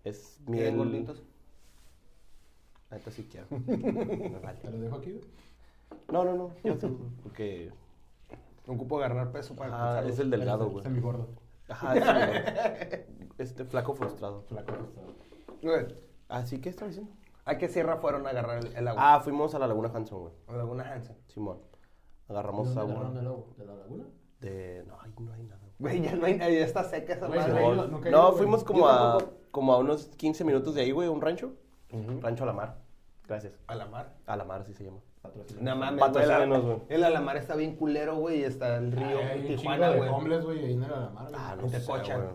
[SPEAKER 3] Es miel.
[SPEAKER 1] ¿Tienen gorditos?
[SPEAKER 3] Ahorita sí quiero. Me
[SPEAKER 2] así.
[SPEAKER 3] vale.
[SPEAKER 2] Te lo dejo aquí. güey.
[SPEAKER 3] No, no, no, yo sí, porque
[SPEAKER 1] Ocupo agarrar peso para
[SPEAKER 3] ajá,
[SPEAKER 1] alcanzarlos.
[SPEAKER 3] es el delgado, güey.
[SPEAKER 2] Semi gordo.
[SPEAKER 3] Ajá, sí, güey. este flaco frustrado. Ah,
[SPEAKER 2] Flaco. pues, pesado.
[SPEAKER 1] Güey,
[SPEAKER 3] Así que estaba diciendo.
[SPEAKER 1] ¿A qué sierra fueron a agarrar el, el agua?
[SPEAKER 3] Ah, fuimos a la Laguna Hanson, güey.
[SPEAKER 1] A Laguna Hansen.
[SPEAKER 3] Simón.
[SPEAKER 2] ¿De
[SPEAKER 3] Agarramos
[SPEAKER 2] dónde
[SPEAKER 3] agua.
[SPEAKER 2] agarraron el agua? ¿De la laguna?
[SPEAKER 3] De. No, ahí no hay nada. güey.
[SPEAKER 1] Güey, ya no hay nadie, ya está seca esa
[SPEAKER 2] Güey,
[SPEAKER 1] madre.
[SPEAKER 2] Ah, no,
[SPEAKER 3] no,
[SPEAKER 2] nunca he ido, güey.
[SPEAKER 3] fuimos
[SPEAKER 2] Yo
[SPEAKER 3] como a, como a unos 15 minutos de ahí, güey, a un rancho.
[SPEAKER 1] Ujú.
[SPEAKER 3] Rancho a la mar. Gracias.
[SPEAKER 1] A la mar.
[SPEAKER 3] A la mar, así se llama.
[SPEAKER 2] Patrocinado.
[SPEAKER 1] No mames, güey.
[SPEAKER 3] Patrocínanos,
[SPEAKER 1] El,
[SPEAKER 3] güey.
[SPEAKER 1] el Alamar está bien culero, güey, y está el
[SPEAKER 2] Ay,
[SPEAKER 1] río
[SPEAKER 2] hay un
[SPEAKER 1] Tijuana,
[SPEAKER 2] chingo de
[SPEAKER 1] güey.
[SPEAKER 2] homeless, güey, ahí en la mar. güey.
[SPEAKER 3] Ah, no
[SPEAKER 1] Te
[SPEAKER 3] sé,
[SPEAKER 1] cochan.
[SPEAKER 3] güey.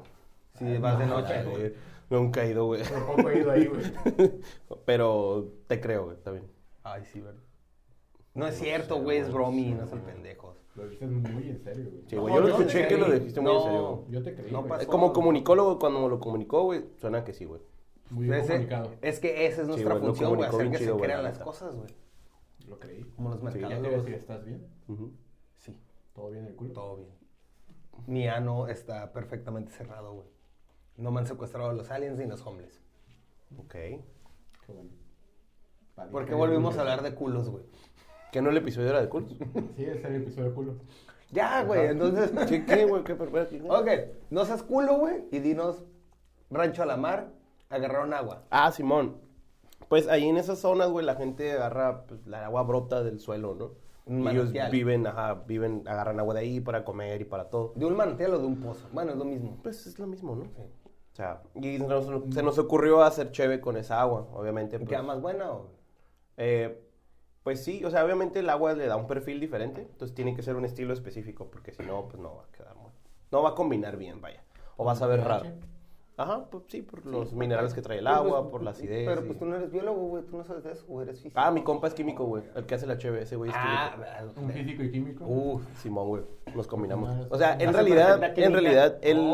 [SPEAKER 1] Si
[SPEAKER 2] Ay,
[SPEAKER 1] vas de
[SPEAKER 2] no,
[SPEAKER 1] noche,
[SPEAKER 2] ay,
[SPEAKER 1] güey.
[SPEAKER 3] güey. Ah, Nunca he ido, güey.
[SPEAKER 2] Tampoco he ido ahí, güey.
[SPEAKER 3] [laughs] Pero te creo, güey, está bien.
[SPEAKER 1] Ay, sí, ¿verdad? No es cierto, güey, es bromi, no son pendejos.
[SPEAKER 2] Lo dices muy en serio, güey.
[SPEAKER 3] Sí, güey, yo lo
[SPEAKER 1] No,
[SPEAKER 3] escuché
[SPEAKER 1] te
[SPEAKER 3] que lo
[SPEAKER 1] creí.
[SPEAKER 3] dijiste muy en serio,
[SPEAKER 1] No.
[SPEAKER 3] güey.
[SPEAKER 2] Yo te creí,
[SPEAKER 1] No
[SPEAKER 2] güey.
[SPEAKER 1] pasa-
[SPEAKER 3] Eh, Como comunicólogo, cuando lo comunicó, güey, suena que sí, güey.
[SPEAKER 2] Muy
[SPEAKER 1] Ese-
[SPEAKER 2] comunicado.
[SPEAKER 1] es que esa es nuestra
[SPEAKER 3] güey, lo
[SPEAKER 1] función, güey,
[SPEAKER 3] comunicó
[SPEAKER 1] hacer
[SPEAKER 3] bien
[SPEAKER 1] que
[SPEAKER 3] chido,
[SPEAKER 1] se
[SPEAKER 3] güey,
[SPEAKER 1] crean
[SPEAKER 3] la
[SPEAKER 1] las
[SPEAKER 3] neta.
[SPEAKER 1] cosas, güey.
[SPEAKER 2] Lo creí.
[SPEAKER 1] Como los
[SPEAKER 2] Ya te
[SPEAKER 1] mercados.
[SPEAKER 2] iba a decir, ¿estás bien?
[SPEAKER 3] Ujú.
[SPEAKER 1] Sí,
[SPEAKER 2] ¿Todo bien el culo?
[SPEAKER 1] todo bien. Mi ano está perfectamente cerrado, güey. No me han secuestrado los aliens ni los hombres.
[SPEAKER 3] Ok.
[SPEAKER 2] Qué bueno. Vale,
[SPEAKER 1] Porque
[SPEAKER 2] qué
[SPEAKER 1] volvimos a
[SPEAKER 2] bien.
[SPEAKER 1] hablar de culos, güey.
[SPEAKER 3] ¿Que no el episodio era de culos?
[SPEAKER 2] Sí, es el episodio de culo.
[SPEAKER 1] Ya, güey, entonces.
[SPEAKER 3] [laughs] ¿Qué, qué, güey? ¿Qué? pero, espérate.
[SPEAKER 1] ok, no seas culo, güey, y dinos rancho a la mar, agarraron agua.
[SPEAKER 3] Ah, Simón. Pues ahí en esas zonas, güey, la gente agarra pues, la agua brota del suelo, ¿no?
[SPEAKER 1] Un
[SPEAKER 3] Y ellos
[SPEAKER 1] manantial.
[SPEAKER 3] viven, ajá, viven, agarran agua de ahí para comer y para todo.
[SPEAKER 1] De un manantial o de un pozo. Bueno, es lo mismo.
[SPEAKER 3] Pues es lo mismo, ¿no?
[SPEAKER 1] Sí.
[SPEAKER 3] O sea, y se nos, se nos ocurrió hacer cheve con esa agua, obviamente. Pues,
[SPEAKER 1] ¿Queda más buena o.?
[SPEAKER 3] eh, pues sí, o sea, obviamente el agua le da un perfil diferente, entonces tiene que ser un estilo específico, porque si no, pues no va a quedar muy... No va a combinar bien, vaya. O va a saber raro. Ajá, pues sí, por los minerales que trae el agua, por la acidez.
[SPEAKER 1] Pero
[SPEAKER 3] y-
[SPEAKER 1] pues tú no eres biólogo, güey, tú no sabes de eso, güey, eres físico.
[SPEAKER 3] Ah, pues, mi compa es químico, güey. El que hace la cheve, ese güey es
[SPEAKER 1] Ah,
[SPEAKER 3] químico.
[SPEAKER 2] Un físico y químico.
[SPEAKER 3] Uh, Simón, güey. Nos combinamos.
[SPEAKER 2] Ah,
[SPEAKER 3] O sea, en
[SPEAKER 1] hace
[SPEAKER 3] realidad,
[SPEAKER 1] perfecta
[SPEAKER 3] en
[SPEAKER 1] química.
[SPEAKER 3] realidad, él. [laughs]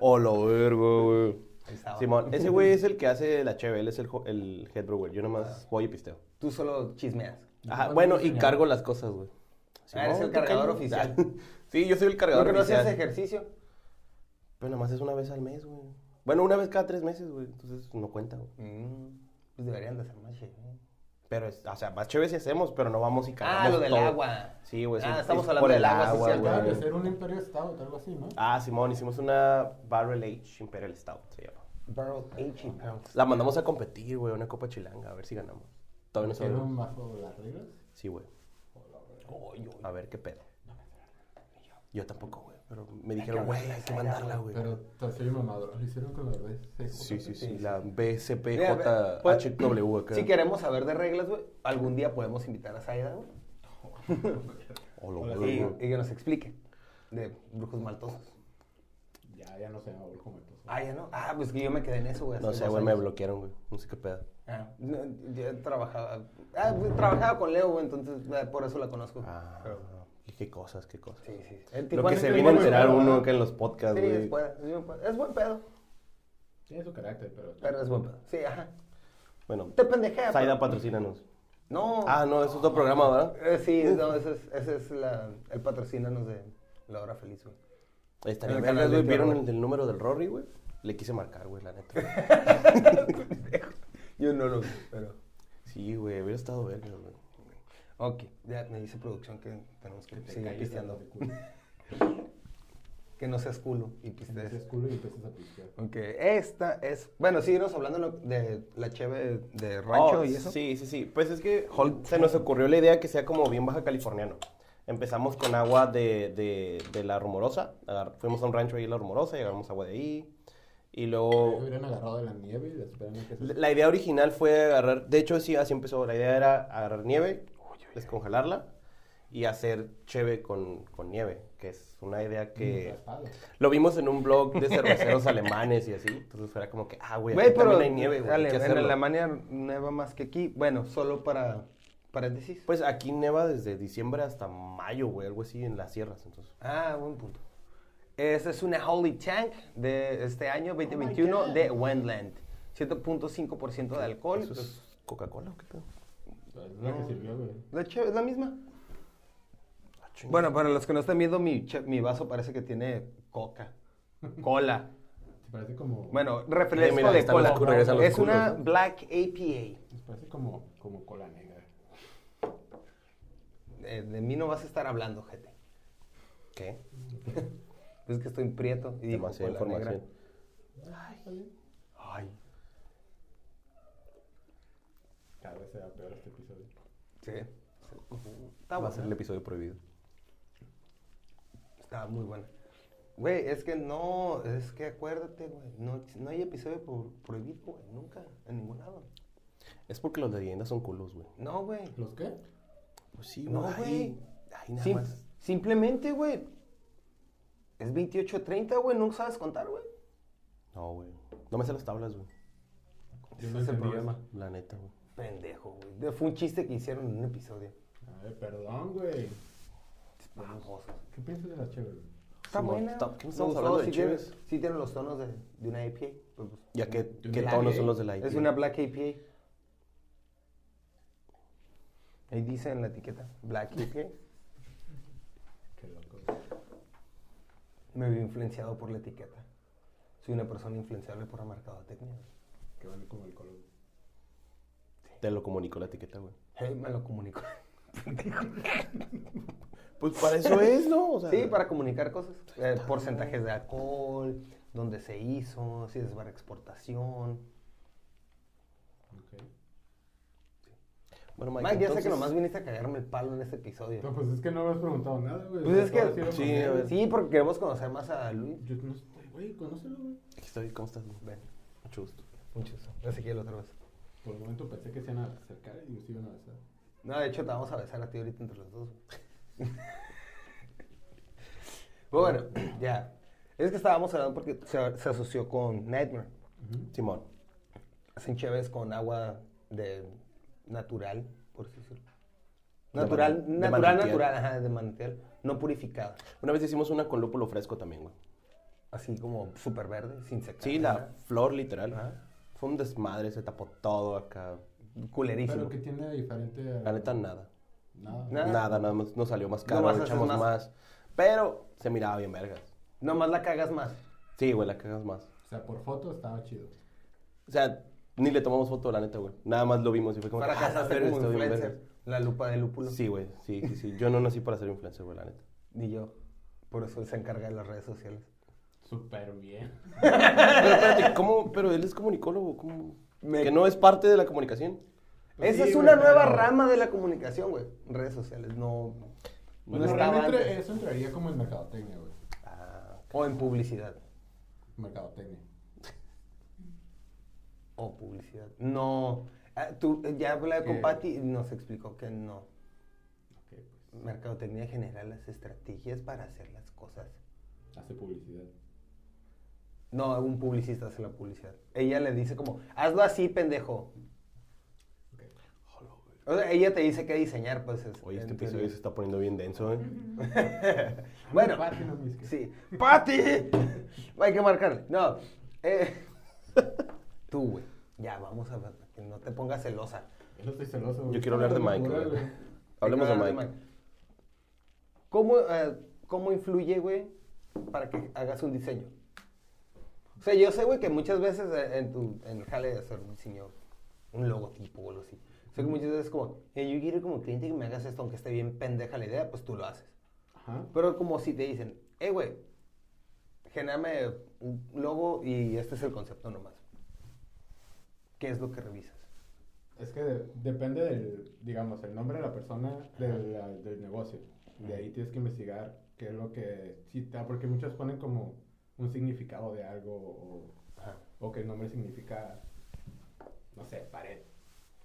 [SPEAKER 3] Hola, vergo, güey.
[SPEAKER 1] Ahí estaba.
[SPEAKER 3] Simón, ese güey es el que hace la cheve, él es el, jo- el head brewer. Yo nomás voy y pisteo.
[SPEAKER 1] Tú solo chismeas.
[SPEAKER 3] Ajá,
[SPEAKER 2] Yo
[SPEAKER 3] bueno,
[SPEAKER 2] soy
[SPEAKER 3] y
[SPEAKER 2] el
[SPEAKER 3] cargo las cosas, güey.
[SPEAKER 1] Ah, eres el
[SPEAKER 3] Simón,
[SPEAKER 1] cargador
[SPEAKER 3] cargo-
[SPEAKER 1] oficial. [laughs]
[SPEAKER 3] Sí, yo soy el
[SPEAKER 1] ¿No
[SPEAKER 3] cargador
[SPEAKER 1] que no hacías
[SPEAKER 3] oficial.
[SPEAKER 1] ejercicio?
[SPEAKER 3] Pero nomás es una vez al mes, güey. Bueno, una vez cada tres meses, güey. Entonces no cuenta, güey.
[SPEAKER 1] Mm. Pues deberían de hacer más cheve.
[SPEAKER 3] Pero, es- o sea, más chévere si hacemos, pero no vamos y cargamos
[SPEAKER 1] Ah, lo del
[SPEAKER 3] todo.
[SPEAKER 1] agua.
[SPEAKER 3] Sí, güey. sí,
[SPEAKER 1] Ah,
[SPEAKER 3] es
[SPEAKER 1] estamos
[SPEAKER 3] por
[SPEAKER 1] hablando
[SPEAKER 3] el
[SPEAKER 1] del agua, sí, cierto.
[SPEAKER 2] Acaba
[SPEAKER 3] güey.
[SPEAKER 2] de ser un Imperial Stout, algo así, ¿no?
[SPEAKER 3] Ah, Simón, hicimos una Barrel Age Imperial Stout, se llama.
[SPEAKER 1] Barrel 18 pounds.
[SPEAKER 3] La mandamos a competir, güey, una copa chilanga, a ver si ganamos. Todavía no
[SPEAKER 2] Era
[SPEAKER 3] sabemos.
[SPEAKER 2] un bajo las reglas.
[SPEAKER 3] Sí, güey. A ver qué pedo. Yo tampoco, güey. Pero me dijeron, güey, hay que mandarla, güey.
[SPEAKER 2] Pero te soy mamador. Lo hicieron con la BCJ.
[SPEAKER 3] Sí, sí, sí.
[SPEAKER 1] Sí,
[SPEAKER 3] La
[SPEAKER 1] Mira, ve, pues,
[SPEAKER 3] BCPJHW acá.
[SPEAKER 1] Si queremos saber de reglas, güey, algún día podemos invitar a Saida, güey.
[SPEAKER 3] Hola,
[SPEAKER 2] Hola,
[SPEAKER 3] güey,
[SPEAKER 1] Y,
[SPEAKER 3] güey.
[SPEAKER 1] y que nos explique. De brujos maltosos.
[SPEAKER 2] [laughs] Ya, ya no se llama como el toso.
[SPEAKER 1] Ah, ya no. Ah, pues que yo me quedé en eso, güey. hace
[SPEAKER 3] No sé,
[SPEAKER 1] dos
[SPEAKER 3] güey, me
[SPEAKER 1] años.
[SPEAKER 3] bloquearon, güey. No sé qué pedo.
[SPEAKER 1] Ah, no, yo trabajaba. Ah, pues, trabajaba con Leo, güey, entonces eh, por eso la conozco.
[SPEAKER 3] Ah, y qué cosas, qué cosas.
[SPEAKER 1] Sí, sí. sí. En
[SPEAKER 3] Lo
[SPEAKER 1] Tijuana
[SPEAKER 3] que se
[SPEAKER 1] es
[SPEAKER 3] viene a
[SPEAKER 1] buen
[SPEAKER 3] enterar
[SPEAKER 1] pedo,
[SPEAKER 3] uno
[SPEAKER 1] ¿verdad?
[SPEAKER 3] que en los podcasts,
[SPEAKER 1] Sí, es
[SPEAKER 3] güey.
[SPEAKER 1] buen, es buen pedo. Es buen pedo,
[SPEAKER 2] Tiene su carácter, pero.
[SPEAKER 1] pero es buen pedo. Sí, ajá.
[SPEAKER 3] Bueno,
[SPEAKER 1] Te pendejea.
[SPEAKER 3] Saida,
[SPEAKER 1] pero-
[SPEAKER 3] patrocínanos.
[SPEAKER 1] No.
[SPEAKER 3] Ah, no, es otro programa, ¿verdad?
[SPEAKER 1] Eh, sí, no, ese es, ese es la, el patrocínanos de La Hora Feliz, güey. En
[SPEAKER 3] Estaría
[SPEAKER 1] el
[SPEAKER 3] vergas,
[SPEAKER 1] canal de
[SPEAKER 3] güey. ¿Vieron
[SPEAKER 1] Tierra.
[SPEAKER 3] el del número del Rory, güey? Le quise marcar, güey, la neta.
[SPEAKER 1] [laughs] Yo no lo vi, pero...
[SPEAKER 3] Sí, güey, hubiera estado vergas, güey.
[SPEAKER 1] Ok, ya me dice producción que tenemos que,
[SPEAKER 2] te
[SPEAKER 1] seguir
[SPEAKER 2] calles
[SPEAKER 1] pisteando.
[SPEAKER 2] de
[SPEAKER 1] [laughs]
[SPEAKER 2] culo.
[SPEAKER 1] Que no seas culo y pistees.
[SPEAKER 2] Te culo y empiezas a pistear.
[SPEAKER 1] Ok, esta es... Bueno, seguimos hablando lo- de la cheve de rancho
[SPEAKER 3] Oh,
[SPEAKER 1] y eso.
[SPEAKER 3] Sí, sí, sí. Pues es que Holt se nos ocurrió la idea que sea como bien baja californiano. Empezamos con agua de, de- de la rumorosa. Agar- Fuimos a un rancho ahí en la rumorosa y agarramos agua de ahí. Y
[SPEAKER 2] Me
[SPEAKER 1] Oh.
[SPEAKER 3] luego.
[SPEAKER 2] hubieran agarrado de la nieve y esperan a que se.
[SPEAKER 3] La idea original fue agarrar. De hecho, sí, así empezó. La idea era agarrar nieve, descongelarla y hacer cheve con, con nieve, que es una idea que.
[SPEAKER 2] Raspado.
[SPEAKER 3] Lo vimos en un blog
[SPEAKER 1] [laughs]
[SPEAKER 3] de cerveceros alemanes y así. Entonces era como que, ah, güey,
[SPEAKER 1] Güey,
[SPEAKER 3] aquí
[SPEAKER 1] pero
[SPEAKER 3] también hay nieve, güey. hay
[SPEAKER 1] dale,
[SPEAKER 3] que
[SPEAKER 1] en
[SPEAKER 3] hacerlo.
[SPEAKER 1] Alemania neva más que aquí. Bueno, solo para paréntesis.
[SPEAKER 3] Pues aquí neva desde diciembre hasta mayo, güey, algo así en las sierras, entonces.
[SPEAKER 1] Ah, buen punto. Esta es una Holy Tank de este año
[SPEAKER 2] Oh
[SPEAKER 1] 2021
[SPEAKER 2] my God.
[SPEAKER 1] de Wendland. 7.5% de alcohol.
[SPEAKER 3] ¿Eso es Coca-Cola o qué pedo?
[SPEAKER 2] Es la que sirvió, güey.
[SPEAKER 1] pues, La cheve es la misma.
[SPEAKER 3] Ah, chinga.
[SPEAKER 1] Bueno, para los que no están viendo, mi, che- mi vaso parece que tiene coca. [laughs] Cola.
[SPEAKER 2] Se parece como.
[SPEAKER 1] Bueno, refresco
[SPEAKER 3] mira, ahí
[SPEAKER 1] de
[SPEAKER 3] están los
[SPEAKER 1] cola.
[SPEAKER 3] culos, regresan los
[SPEAKER 1] es una
[SPEAKER 3] culos, ¿no?
[SPEAKER 1] Black APA.
[SPEAKER 2] Se parece como, como cola negra.
[SPEAKER 1] Eh, de mí no vas a estar hablando, gente.
[SPEAKER 3] ¿Qué?
[SPEAKER 1] Es que estoy prieto y digo
[SPEAKER 3] Demasiada
[SPEAKER 1] cola negra.
[SPEAKER 3] información.
[SPEAKER 2] Está bien.
[SPEAKER 1] Ay,
[SPEAKER 2] Cada vez se va peor este episodio.
[SPEAKER 1] sí. Está
[SPEAKER 3] Va a
[SPEAKER 1] buena.
[SPEAKER 3] ser el episodio prohibido.
[SPEAKER 1] Está muy buena. Güey, es que no, es que acuérdate, güey, no, ex- no hay episodio pro- prohibido, güey, nunca, en ningún lado.
[SPEAKER 3] Es porque los de leyendas son culos, güey.
[SPEAKER 1] No, güey.
[SPEAKER 2] ¿Los qué?
[SPEAKER 3] Pues sí,
[SPEAKER 1] No,
[SPEAKER 3] Ahí,
[SPEAKER 1] güey.
[SPEAKER 3] ahí nada
[SPEAKER 1] Sim-
[SPEAKER 3] más.
[SPEAKER 1] simplemente, güey, es 28.30, güey, no sabes contar, güey.
[SPEAKER 3] No, güey. No me sé las tablas, güey.
[SPEAKER 2] Yo
[SPEAKER 1] Ese
[SPEAKER 2] no
[SPEAKER 1] es el
[SPEAKER 2] entendí
[SPEAKER 1] problema.
[SPEAKER 3] La neta, güey.
[SPEAKER 1] Pendejo, güey. De- Fue un chiste que hicieron en un episodio.
[SPEAKER 2] A ver, perdón, güey.
[SPEAKER 1] Babosos.
[SPEAKER 2] ¿Qué piensas de la chévere?
[SPEAKER 1] Está
[SPEAKER 3] Pues, Simón,
[SPEAKER 1] buena.
[SPEAKER 3] está- ¿qué
[SPEAKER 1] Me
[SPEAKER 3] estamos
[SPEAKER 1] gustó,
[SPEAKER 3] hablando de
[SPEAKER 1] sí tiene-
[SPEAKER 3] cheves?
[SPEAKER 1] Sí tiene los tonos de, de una APA. pero, pues,
[SPEAKER 3] Ya que,
[SPEAKER 2] Yo
[SPEAKER 3] ¿qué
[SPEAKER 2] no-
[SPEAKER 3] tonos son los de la IPA?
[SPEAKER 1] Es
[SPEAKER 3] [laughs]
[SPEAKER 1] una Black APA. Ahí dice en la etiqueta, Black APA.
[SPEAKER 2] Qué loco.
[SPEAKER 1] Me vi influenciado por la etiqueta. Soy una persona influenciable por la mercadotecnia.
[SPEAKER 2] Que van como el color.
[SPEAKER 3] Te lo comunicó la etiqueta, güey.
[SPEAKER 1] Hey, me lo comunico.
[SPEAKER 3] Pues para eso es, ¿no? O sea,
[SPEAKER 1] Sí, para comunicar cosas. Eh, porcentajes de alcohol, dónde se hizo, si es para exportación.
[SPEAKER 2] Ok.
[SPEAKER 3] Bueno, Mike,
[SPEAKER 1] Mike, ya sé que
[SPEAKER 3] entonces-
[SPEAKER 1] nomás viniste a cagarme el palo en este episodio.
[SPEAKER 2] No, pues es que no me has preguntado nada, güey.
[SPEAKER 1] Pues es
[SPEAKER 2] Todo ha
[SPEAKER 1] que
[SPEAKER 2] sido
[SPEAKER 3] Sí,
[SPEAKER 2] con él.
[SPEAKER 3] a ver.
[SPEAKER 1] sí, porque queremos conocer más a Luis.
[SPEAKER 2] Yo no estoy, güey, conócelo, güey.
[SPEAKER 3] Aquí estoy, ¿cómo estás? güey?
[SPEAKER 1] Ven,
[SPEAKER 3] Mucho gusto.
[SPEAKER 1] mucho gusto. Ezequiel otra vez.
[SPEAKER 2] Por el momento pensé que se iban a acercar y nos iban a besar.
[SPEAKER 1] No, de hecho te vamos a besar a ti ahorita entre los dos. [laughs] bueno, ya. Es que estábamos hablando porque se, se asoció con Nightmare.
[SPEAKER 3] Simón.
[SPEAKER 1] Hacen chéves con agua de natural, por así decirlo.
[SPEAKER 3] De
[SPEAKER 1] Natural,
[SPEAKER 3] man- de
[SPEAKER 1] natural,
[SPEAKER 3] manantial.
[SPEAKER 1] natural, ajá, de manantial. No purificada.
[SPEAKER 3] Una vez hicimos una con lúpulo fresco también, güey.
[SPEAKER 1] Así como súper verde, sin secar.
[SPEAKER 3] Sí,
[SPEAKER 1] nada.
[SPEAKER 3] la flor literal.
[SPEAKER 1] Ajá.
[SPEAKER 3] Fue un desmadre, se tapó todo acá.
[SPEAKER 1] Culerísimo.
[SPEAKER 2] Pero que tiene de diferente a...
[SPEAKER 3] La neta, nada.
[SPEAKER 2] Nada.
[SPEAKER 1] Nada.
[SPEAKER 3] Nada, nada más nos salió más
[SPEAKER 1] No
[SPEAKER 3] caro,
[SPEAKER 1] más haces
[SPEAKER 3] echamos
[SPEAKER 1] más.
[SPEAKER 3] más. Pero se miraba bien vergas.
[SPEAKER 1] Nomás la cagas más.
[SPEAKER 3] Sí, güey, la cagas más.
[SPEAKER 2] O sea, por foto estaba chido.
[SPEAKER 3] O sea, Ni le tomamos foto, la neta, güey. Nada más lo vimos y fue como... que,
[SPEAKER 1] Para
[SPEAKER 3] "Ah,
[SPEAKER 1] casarse
[SPEAKER 3] verga,
[SPEAKER 1] como
[SPEAKER 3] está bien
[SPEAKER 1] influencer.
[SPEAKER 3] verga".
[SPEAKER 1] La lupa de lúpulo.
[SPEAKER 3] Sí, güey, sí, sí, sí. Yo no nací para ser influencer, güey, la
[SPEAKER 1] [laughs]
[SPEAKER 3] neta.
[SPEAKER 1] Y yo. Por eso él se encarga de las redes sociales.
[SPEAKER 4] Súper bien.
[SPEAKER 3] Pero espérate, ¿cómo? Pero él es comunicólogo, ¿cómo?
[SPEAKER 1] Me-
[SPEAKER 3] Que no es parte de la comunicación.
[SPEAKER 2] Pues
[SPEAKER 1] Esa
[SPEAKER 2] sí,
[SPEAKER 1] es una
[SPEAKER 2] güey,
[SPEAKER 1] nueva
[SPEAKER 2] pero-
[SPEAKER 1] rama de la comunicación, güey. Redes sociales, no.
[SPEAKER 2] Pues
[SPEAKER 1] no estaba
[SPEAKER 2] realmente
[SPEAKER 1] antes.
[SPEAKER 2] eso entraría como en mercadotecnia, güey.
[SPEAKER 3] Ah,
[SPEAKER 1] O en publicidad.
[SPEAKER 2] Mercadotecnia.
[SPEAKER 1] O publicidad. No. Ah, Tú, ya hablaba con
[SPEAKER 2] Eh.
[SPEAKER 1] Patty y nos explicó que no.
[SPEAKER 4] Ok, pues.
[SPEAKER 1] Mercadotecnia general, las estrategias para hacer las cosas.
[SPEAKER 4] Hace publicidad.
[SPEAKER 1] No, un publicista hace la publicidad. Ella le dice como, hazlo así, pendejo.
[SPEAKER 4] Ok.
[SPEAKER 1] O sea, ella te dice qué diseñar, pues. es-
[SPEAKER 3] oye, este
[SPEAKER 1] en
[SPEAKER 3] episodio
[SPEAKER 1] teoría.
[SPEAKER 3] se está poniendo bien denso, ¿eh?
[SPEAKER 1] [laughs] Bueno,
[SPEAKER 4] Pati, no, mis que-
[SPEAKER 1] sí. ¡Pati! [laughs] Hay que marcarle. No. eh,
[SPEAKER 3] [laughs]
[SPEAKER 1] Tú, güey. Ya, vamos a ver. Que no te pongas celosa.
[SPEAKER 4] Yo no estoy celoso, güey.
[SPEAKER 3] Yo quiero hablar de Mike, güey.
[SPEAKER 2] Órale.
[SPEAKER 3] Hablemos de
[SPEAKER 1] Hay que
[SPEAKER 3] Mike.
[SPEAKER 1] hablar Ah, ¿Cómo, eh, ¿Cómo influye, güey, para que hagas un diseño? O sea, yo sé, güey, que muchas veces eh, en tu en el jale de hacer un diseño, un logotipo o algo así. Sé que muchas veces como, eh, yo quiero como cliente que me hagas esto, aunque esté bien pendeja la idea, pues tú lo haces.
[SPEAKER 4] Ajá.
[SPEAKER 1] Pero como si te dicen, eh, güey, genérame un logo y este es el concepto nomás. ¿Qué es lo que revisas?
[SPEAKER 2] Es que de- depende del, digamos, el nombre de la persona del, la- del negocio. De ahí tienes que investigar qué es lo que cita, porque muchos ponen como un significado de algo o,
[SPEAKER 1] Ajá.
[SPEAKER 2] o que el nombre significa, no sé, pared,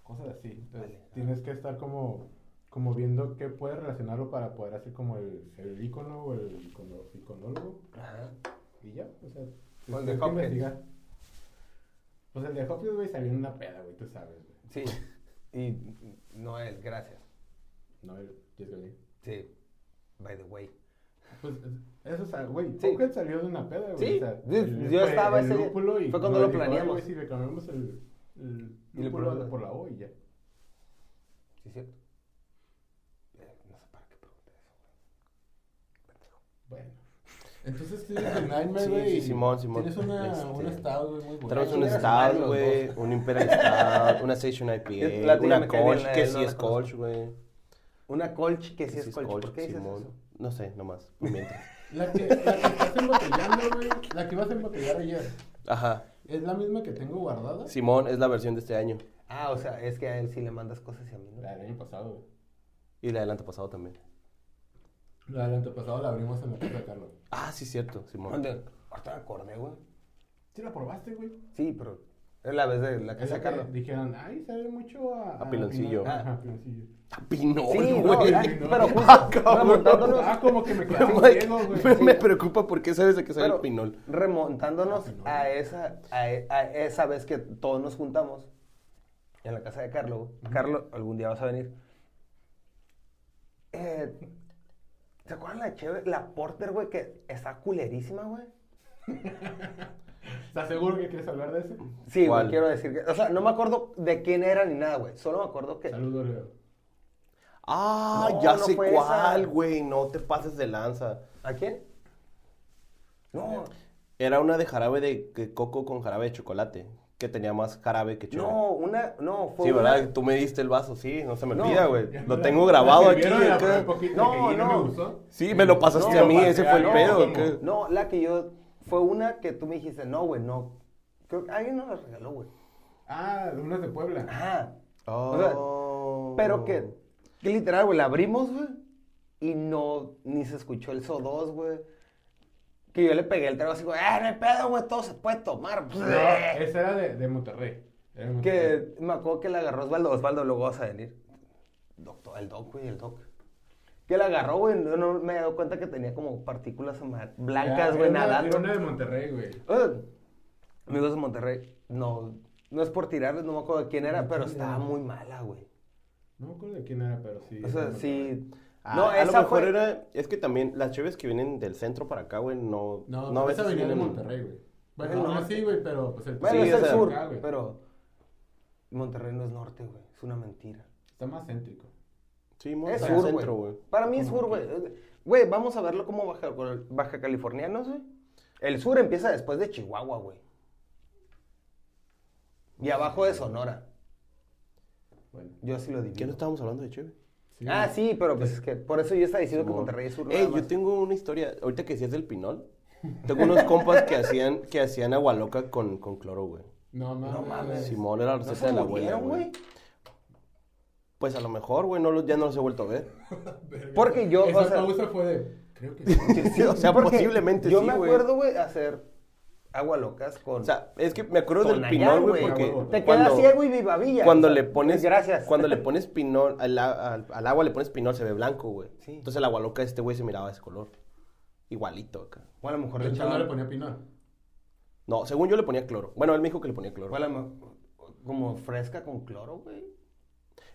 [SPEAKER 2] cosas así. Entonces,
[SPEAKER 1] Vale, ajá.
[SPEAKER 2] tienes que estar como, como viendo qué puedes relacionarlo para poder hacer como el, el icono o el icono, iconólogo
[SPEAKER 1] Ajá.
[SPEAKER 2] y ya, o sea,
[SPEAKER 1] O el
[SPEAKER 2] tienes
[SPEAKER 1] de
[SPEAKER 2] que
[SPEAKER 1] Hopkins.
[SPEAKER 2] investigar. Pues el de Hopkins, güey, salió en una peda, güey, tú sabes, güey.
[SPEAKER 1] Sí. Y no es, gracias.
[SPEAKER 2] No, el, tienes que venir.
[SPEAKER 1] Sí. By the way.
[SPEAKER 2] Pues eso, sa- güey,
[SPEAKER 1] Sí.
[SPEAKER 2] Pocket salió de una peda, güey.
[SPEAKER 1] Sí,
[SPEAKER 2] o sea,
[SPEAKER 1] yo-
[SPEAKER 2] el-
[SPEAKER 1] yo
[SPEAKER 2] fue
[SPEAKER 1] estaba
[SPEAKER 2] el
[SPEAKER 1] ese día,
[SPEAKER 2] lúpulo y
[SPEAKER 1] fue cuando lo
[SPEAKER 2] dijo, "Ay,
[SPEAKER 1] planeamos".
[SPEAKER 2] güey, si le cambiamos el, el
[SPEAKER 1] Y le
[SPEAKER 2] lúpulo
[SPEAKER 1] ponemos-
[SPEAKER 2] por la O y ya.
[SPEAKER 1] Sí, es cierto. Eh, no sé para qué pregunté eso, güey. Pendejo.
[SPEAKER 2] Bueno. Entonces tienes
[SPEAKER 3] [laughs]
[SPEAKER 2] un nightmare,
[SPEAKER 3] Sí,
[SPEAKER 2] güey.
[SPEAKER 3] sí,
[SPEAKER 2] y
[SPEAKER 3] Simón, Simón.
[SPEAKER 2] Tienes una,
[SPEAKER 3] Este,
[SPEAKER 2] un estado, güey, muy bueno.
[SPEAKER 3] Traemos un
[SPEAKER 1] Chingas a madre
[SPEAKER 3] Stout,
[SPEAKER 1] los
[SPEAKER 3] güey,
[SPEAKER 1] dos.
[SPEAKER 3] un Imperial Stout, una Station
[SPEAKER 1] Es-
[SPEAKER 3] IPA,
[SPEAKER 1] la tuya
[SPEAKER 3] una
[SPEAKER 1] me cae bien,
[SPEAKER 3] Colch,
[SPEAKER 1] la de
[SPEAKER 3] que
[SPEAKER 1] él no
[SPEAKER 3] sí
[SPEAKER 1] la
[SPEAKER 3] es
[SPEAKER 1] conozco.
[SPEAKER 3] Colch, güey.
[SPEAKER 1] Una colch que
[SPEAKER 3] que
[SPEAKER 1] sí es colch. ¿Por qué dices
[SPEAKER 3] Simón.
[SPEAKER 1] eso?
[SPEAKER 3] No sé, nomás,
[SPEAKER 1] [laughs]
[SPEAKER 3] mientras.
[SPEAKER 2] La que, la que estás embotellando, güey. La que ibas a embotellar ayer.
[SPEAKER 3] Ajá,
[SPEAKER 2] Es la misma que tengo guardada.
[SPEAKER 3] Simón es la versión de este año
[SPEAKER 1] Ah, o sea, es que a él sí le mandas cosas y a mí no.
[SPEAKER 2] La del año pasado, güey.
[SPEAKER 3] y la del antepasado también.
[SPEAKER 2] La del antepasado la abrimos en la casa de Carlos.
[SPEAKER 3] Ah, sí, cierto, Simón.
[SPEAKER 1] ¿Dónde? Ahorita me acordé, güey.
[SPEAKER 2] Sí, la probaste, güey.
[SPEAKER 1] Sí, pero es la vez de la que
[SPEAKER 2] Esa que
[SPEAKER 1] sacaron.
[SPEAKER 2] Dijeron, ay, sabe mucho a.
[SPEAKER 3] A piloncillo.
[SPEAKER 2] pinon- Ajá, a piloncillo.
[SPEAKER 3] Ah, Pinol,
[SPEAKER 1] Sí, no,
[SPEAKER 3] güey.
[SPEAKER 1] ya,
[SPEAKER 2] no.
[SPEAKER 1] pero
[SPEAKER 3] Ah,
[SPEAKER 1] justo
[SPEAKER 3] cabrón.
[SPEAKER 1] remontándonos,
[SPEAKER 2] Ah, como
[SPEAKER 3] [laughs]
[SPEAKER 2] que me quedé
[SPEAKER 3] Mike,
[SPEAKER 2] ciego, güey.
[SPEAKER 3] [laughs] me, me preocupa porque sabes de qué sabe
[SPEAKER 1] pero
[SPEAKER 3] el pinol.
[SPEAKER 1] remontándonos
[SPEAKER 2] Ah, Pinol.
[SPEAKER 1] a esa a, e- a esa vez que todos nos juntamos en la casa de Carlos. güey. Carlos, algún día vas a venir. Eh, ¿Se acuerdan la chévere, la Porter, güey, que está culerísima, güey?
[SPEAKER 2] ¿Estás seguro que quieres hablar de eso?
[SPEAKER 1] Sí, güey,
[SPEAKER 3] ¿Cuál?
[SPEAKER 1] quiero decir que, o sea, no me acuerdo de quién era ni nada, güey. Solo me acuerdo que
[SPEAKER 2] Saludos, Leo.
[SPEAKER 3] Ah,
[SPEAKER 1] No,
[SPEAKER 3] ya
[SPEAKER 1] no
[SPEAKER 3] sé
[SPEAKER 1] fue
[SPEAKER 3] cuál,
[SPEAKER 1] esa.
[SPEAKER 3] güey, no te pases de lanza.
[SPEAKER 1] ¿A quién?
[SPEAKER 3] Eh,
[SPEAKER 1] No,
[SPEAKER 3] Era una de jarabe de que- coco con jarabe de chocolate, que tenía más jarabe que chocolate.
[SPEAKER 1] no, una, no, fue
[SPEAKER 3] Sí,
[SPEAKER 1] una-
[SPEAKER 3] ¿verdad? Tú me diste el vaso, sí, no se me
[SPEAKER 1] No.
[SPEAKER 3] olvida, güey. Lo tengo grabado aquí.
[SPEAKER 2] Vieron la
[SPEAKER 3] acá.
[SPEAKER 2] prueba un poquito
[SPEAKER 1] No,
[SPEAKER 2] que yo
[SPEAKER 1] no.
[SPEAKER 2] me gustó.
[SPEAKER 3] Sí, me lo pasaste
[SPEAKER 1] No,
[SPEAKER 3] a mí,
[SPEAKER 2] pasé,
[SPEAKER 3] ese fue el
[SPEAKER 2] ah, no,
[SPEAKER 3] pedo.
[SPEAKER 2] ¿cómo?
[SPEAKER 3] ¿qué?
[SPEAKER 1] No, la que yo. Fue una que tú me dijiste, no, güey, no. Creo que alguien nos la regaló, güey.
[SPEAKER 2] Ah, unas de Puebla.
[SPEAKER 1] Ajá.
[SPEAKER 3] Oh.
[SPEAKER 1] Pero que, que literal, güey, la abrimos, güey. Y no, ni se escuchó el SO2, güey. Que yo le pegué el trago así, güey, ah, no hay pedo, güey, todo se puede tomar. Eh.
[SPEAKER 2] No, esa era de, de Monterrey. Era de Monterrey.
[SPEAKER 1] que me acuerdo que la agarró Osvaldo, Osvaldo, luego vas a venir. Doctor, el doc, güey, el doc. Que la agarró, güey, no, no me he dado cuenta que tenía como partículas ama- blancas,
[SPEAKER 2] Ah, Era-
[SPEAKER 1] güey,
[SPEAKER 2] era una-
[SPEAKER 1] nadando.
[SPEAKER 2] Era una de Monterrey, güey.
[SPEAKER 1] Eh, amigos de Monterrey, no, no es por tirarles, no me acuerdo quién era, pero estaba muy mala, güey.
[SPEAKER 2] No me acuerdo de quién era, pero
[SPEAKER 1] O
[SPEAKER 2] sí. era de
[SPEAKER 1] sea,
[SPEAKER 2] Monterrey.
[SPEAKER 1] sí.
[SPEAKER 3] Ah,
[SPEAKER 1] no,
[SPEAKER 3] a lo
[SPEAKER 1] esa
[SPEAKER 3] mejor
[SPEAKER 1] fue.
[SPEAKER 3] era. Es que también las cheves que vienen del centro para acá, güey, no.
[SPEAKER 2] No,
[SPEAKER 3] no a
[SPEAKER 2] esa
[SPEAKER 3] veces
[SPEAKER 2] venía de
[SPEAKER 3] vienen-
[SPEAKER 2] Monterrey, güey.
[SPEAKER 1] No.
[SPEAKER 2] Bueno, no, sí, güey, pero pues el
[SPEAKER 1] Bueno,
[SPEAKER 3] Sí,
[SPEAKER 1] es
[SPEAKER 3] o
[SPEAKER 1] el
[SPEAKER 3] sea,
[SPEAKER 1] sur,
[SPEAKER 2] acá, güey.
[SPEAKER 1] pero Monterrey no es norte, güey. Es una mentira.
[SPEAKER 2] Está más céntrico.
[SPEAKER 3] Sí, mon-
[SPEAKER 1] Es
[SPEAKER 3] al
[SPEAKER 1] sur,
[SPEAKER 3] centro,
[SPEAKER 1] güey.
[SPEAKER 3] güey.
[SPEAKER 1] Para mí es sur, güey. Güey, vamos a verlo como baja, baja californianos, güey. El sur empieza después de Chihuahua, güey. Y abajo de Sonora.
[SPEAKER 4] Bueno.
[SPEAKER 1] Yo así lo
[SPEAKER 3] ¿Qué no
[SPEAKER 1] divido.
[SPEAKER 3] estábamos hablando de Cheve?
[SPEAKER 1] ah, sí, pero pues es que por eso yo estaba diciendo que
[SPEAKER 3] Simón.
[SPEAKER 1] Monterrey es un
[SPEAKER 3] Ey, yo tengo una historia. Ahorita que decías del pinol, tengo unos compas que hacían, que hacían agua loca con, con cloro, güey.
[SPEAKER 2] No mames.
[SPEAKER 1] No mames.
[SPEAKER 3] Simón era la
[SPEAKER 1] ¿No
[SPEAKER 3] receta
[SPEAKER 1] se
[SPEAKER 3] de la abuela,
[SPEAKER 1] murieron,
[SPEAKER 3] güey.
[SPEAKER 1] güey?
[SPEAKER 3] Pues a lo mejor, güey, no los- ya no los he vuelto a ver.
[SPEAKER 2] Verga.
[SPEAKER 1] Porque yo,
[SPEAKER 2] Esa
[SPEAKER 1] o sea-
[SPEAKER 2] pausa fue de. Creo
[SPEAKER 3] [laughs]
[SPEAKER 2] que sí.
[SPEAKER 3] Sí, o sea,
[SPEAKER 1] Porque
[SPEAKER 3] posiblemente
[SPEAKER 1] Yo
[SPEAKER 3] sí,
[SPEAKER 1] me
[SPEAKER 3] güey.
[SPEAKER 1] acuerdo, güey, hacer agua locas con.
[SPEAKER 3] O sea, es que me acuerdo del
[SPEAKER 1] Tonayán,
[SPEAKER 3] pinol, güey,
[SPEAKER 1] güey.
[SPEAKER 3] porque
[SPEAKER 1] te
[SPEAKER 3] cuando,
[SPEAKER 1] quedas ciego y vivavilla.
[SPEAKER 3] cuando
[SPEAKER 1] o sea,
[SPEAKER 3] le pones
[SPEAKER 1] Gracias.
[SPEAKER 3] cuando le pones pinol al, a- al- al agua le pones pinol se ve blanco, güey.
[SPEAKER 1] Sí.
[SPEAKER 3] Entonces el agua loca de este güey se miraba de ese color. Igualito acá.
[SPEAKER 1] [laughs] O a lo mejor le
[SPEAKER 2] Pero no le
[SPEAKER 1] echaban.
[SPEAKER 2] ponía pinol.
[SPEAKER 3] No, según yo le ponía cloro. Bueno, él me dijo que le ponía cloro.
[SPEAKER 1] o a lo mejor- Como fresca con cloro, güey.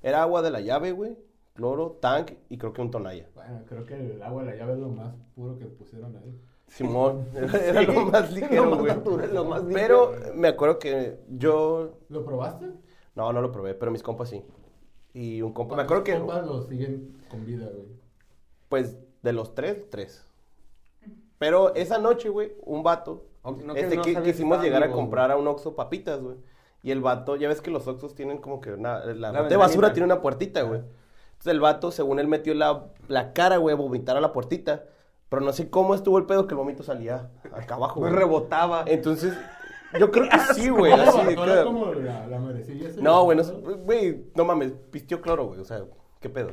[SPEAKER 3] Era agua de la llave, güey. Cloro, tank y creo que un tonalla.
[SPEAKER 2] Bueno, creo que el agua de la llave es lo más puro que pusieron ahí.
[SPEAKER 1] [laughs]
[SPEAKER 3] Simón, era
[SPEAKER 1] Sí,
[SPEAKER 3] lo más ligero,
[SPEAKER 1] lo más
[SPEAKER 3] güey.
[SPEAKER 1] natural, lo más
[SPEAKER 3] pero
[SPEAKER 1] ligero,
[SPEAKER 3] me acuerdo que yo
[SPEAKER 2] ¿Lo probaste?
[SPEAKER 3] no, no lo probé, pero mis compas sí. Y un compa, me acuerdo que
[SPEAKER 2] Los compas lo siguen con vida, güey.
[SPEAKER 3] pues de los tres, tres. Pero esa noche, güey, un vato
[SPEAKER 1] O- no que
[SPEAKER 3] este,
[SPEAKER 1] no
[SPEAKER 3] qui-
[SPEAKER 1] sabías si
[SPEAKER 3] quisimos
[SPEAKER 1] estaban
[SPEAKER 3] llegar a
[SPEAKER 1] vivos,
[SPEAKER 3] comprar a un Oxxo papitas, güey. Y el vato, ya ves que los Oxxos tienen como que una... La,
[SPEAKER 1] La
[SPEAKER 3] bote de basura
[SPEAKER 1] ventanita.
[SPEAKER 3] tiene una puertita, güey. Entonces el vato, según él, metió la, la cara, güey, a vomitar a la puertita. Pero no sé cómo estuvo el pedo que el vómito salía acá abajo,
[SPEAKER 1] güey.
[SPEAKER 3] güey.
[SPEAKER 1] Rebotaba.
[SPEAKER 3] Entonces, yo creo que sí, güey. Así de
[SPEAKER 2] No,
[SPEAKER 3] que-
[SPEAKER 2] es como la, la merecilla. esa.
[SPEAKER 3] No, güey, no, güey, no mames, pistió cloro, güey. O sea, ¿qué pedo?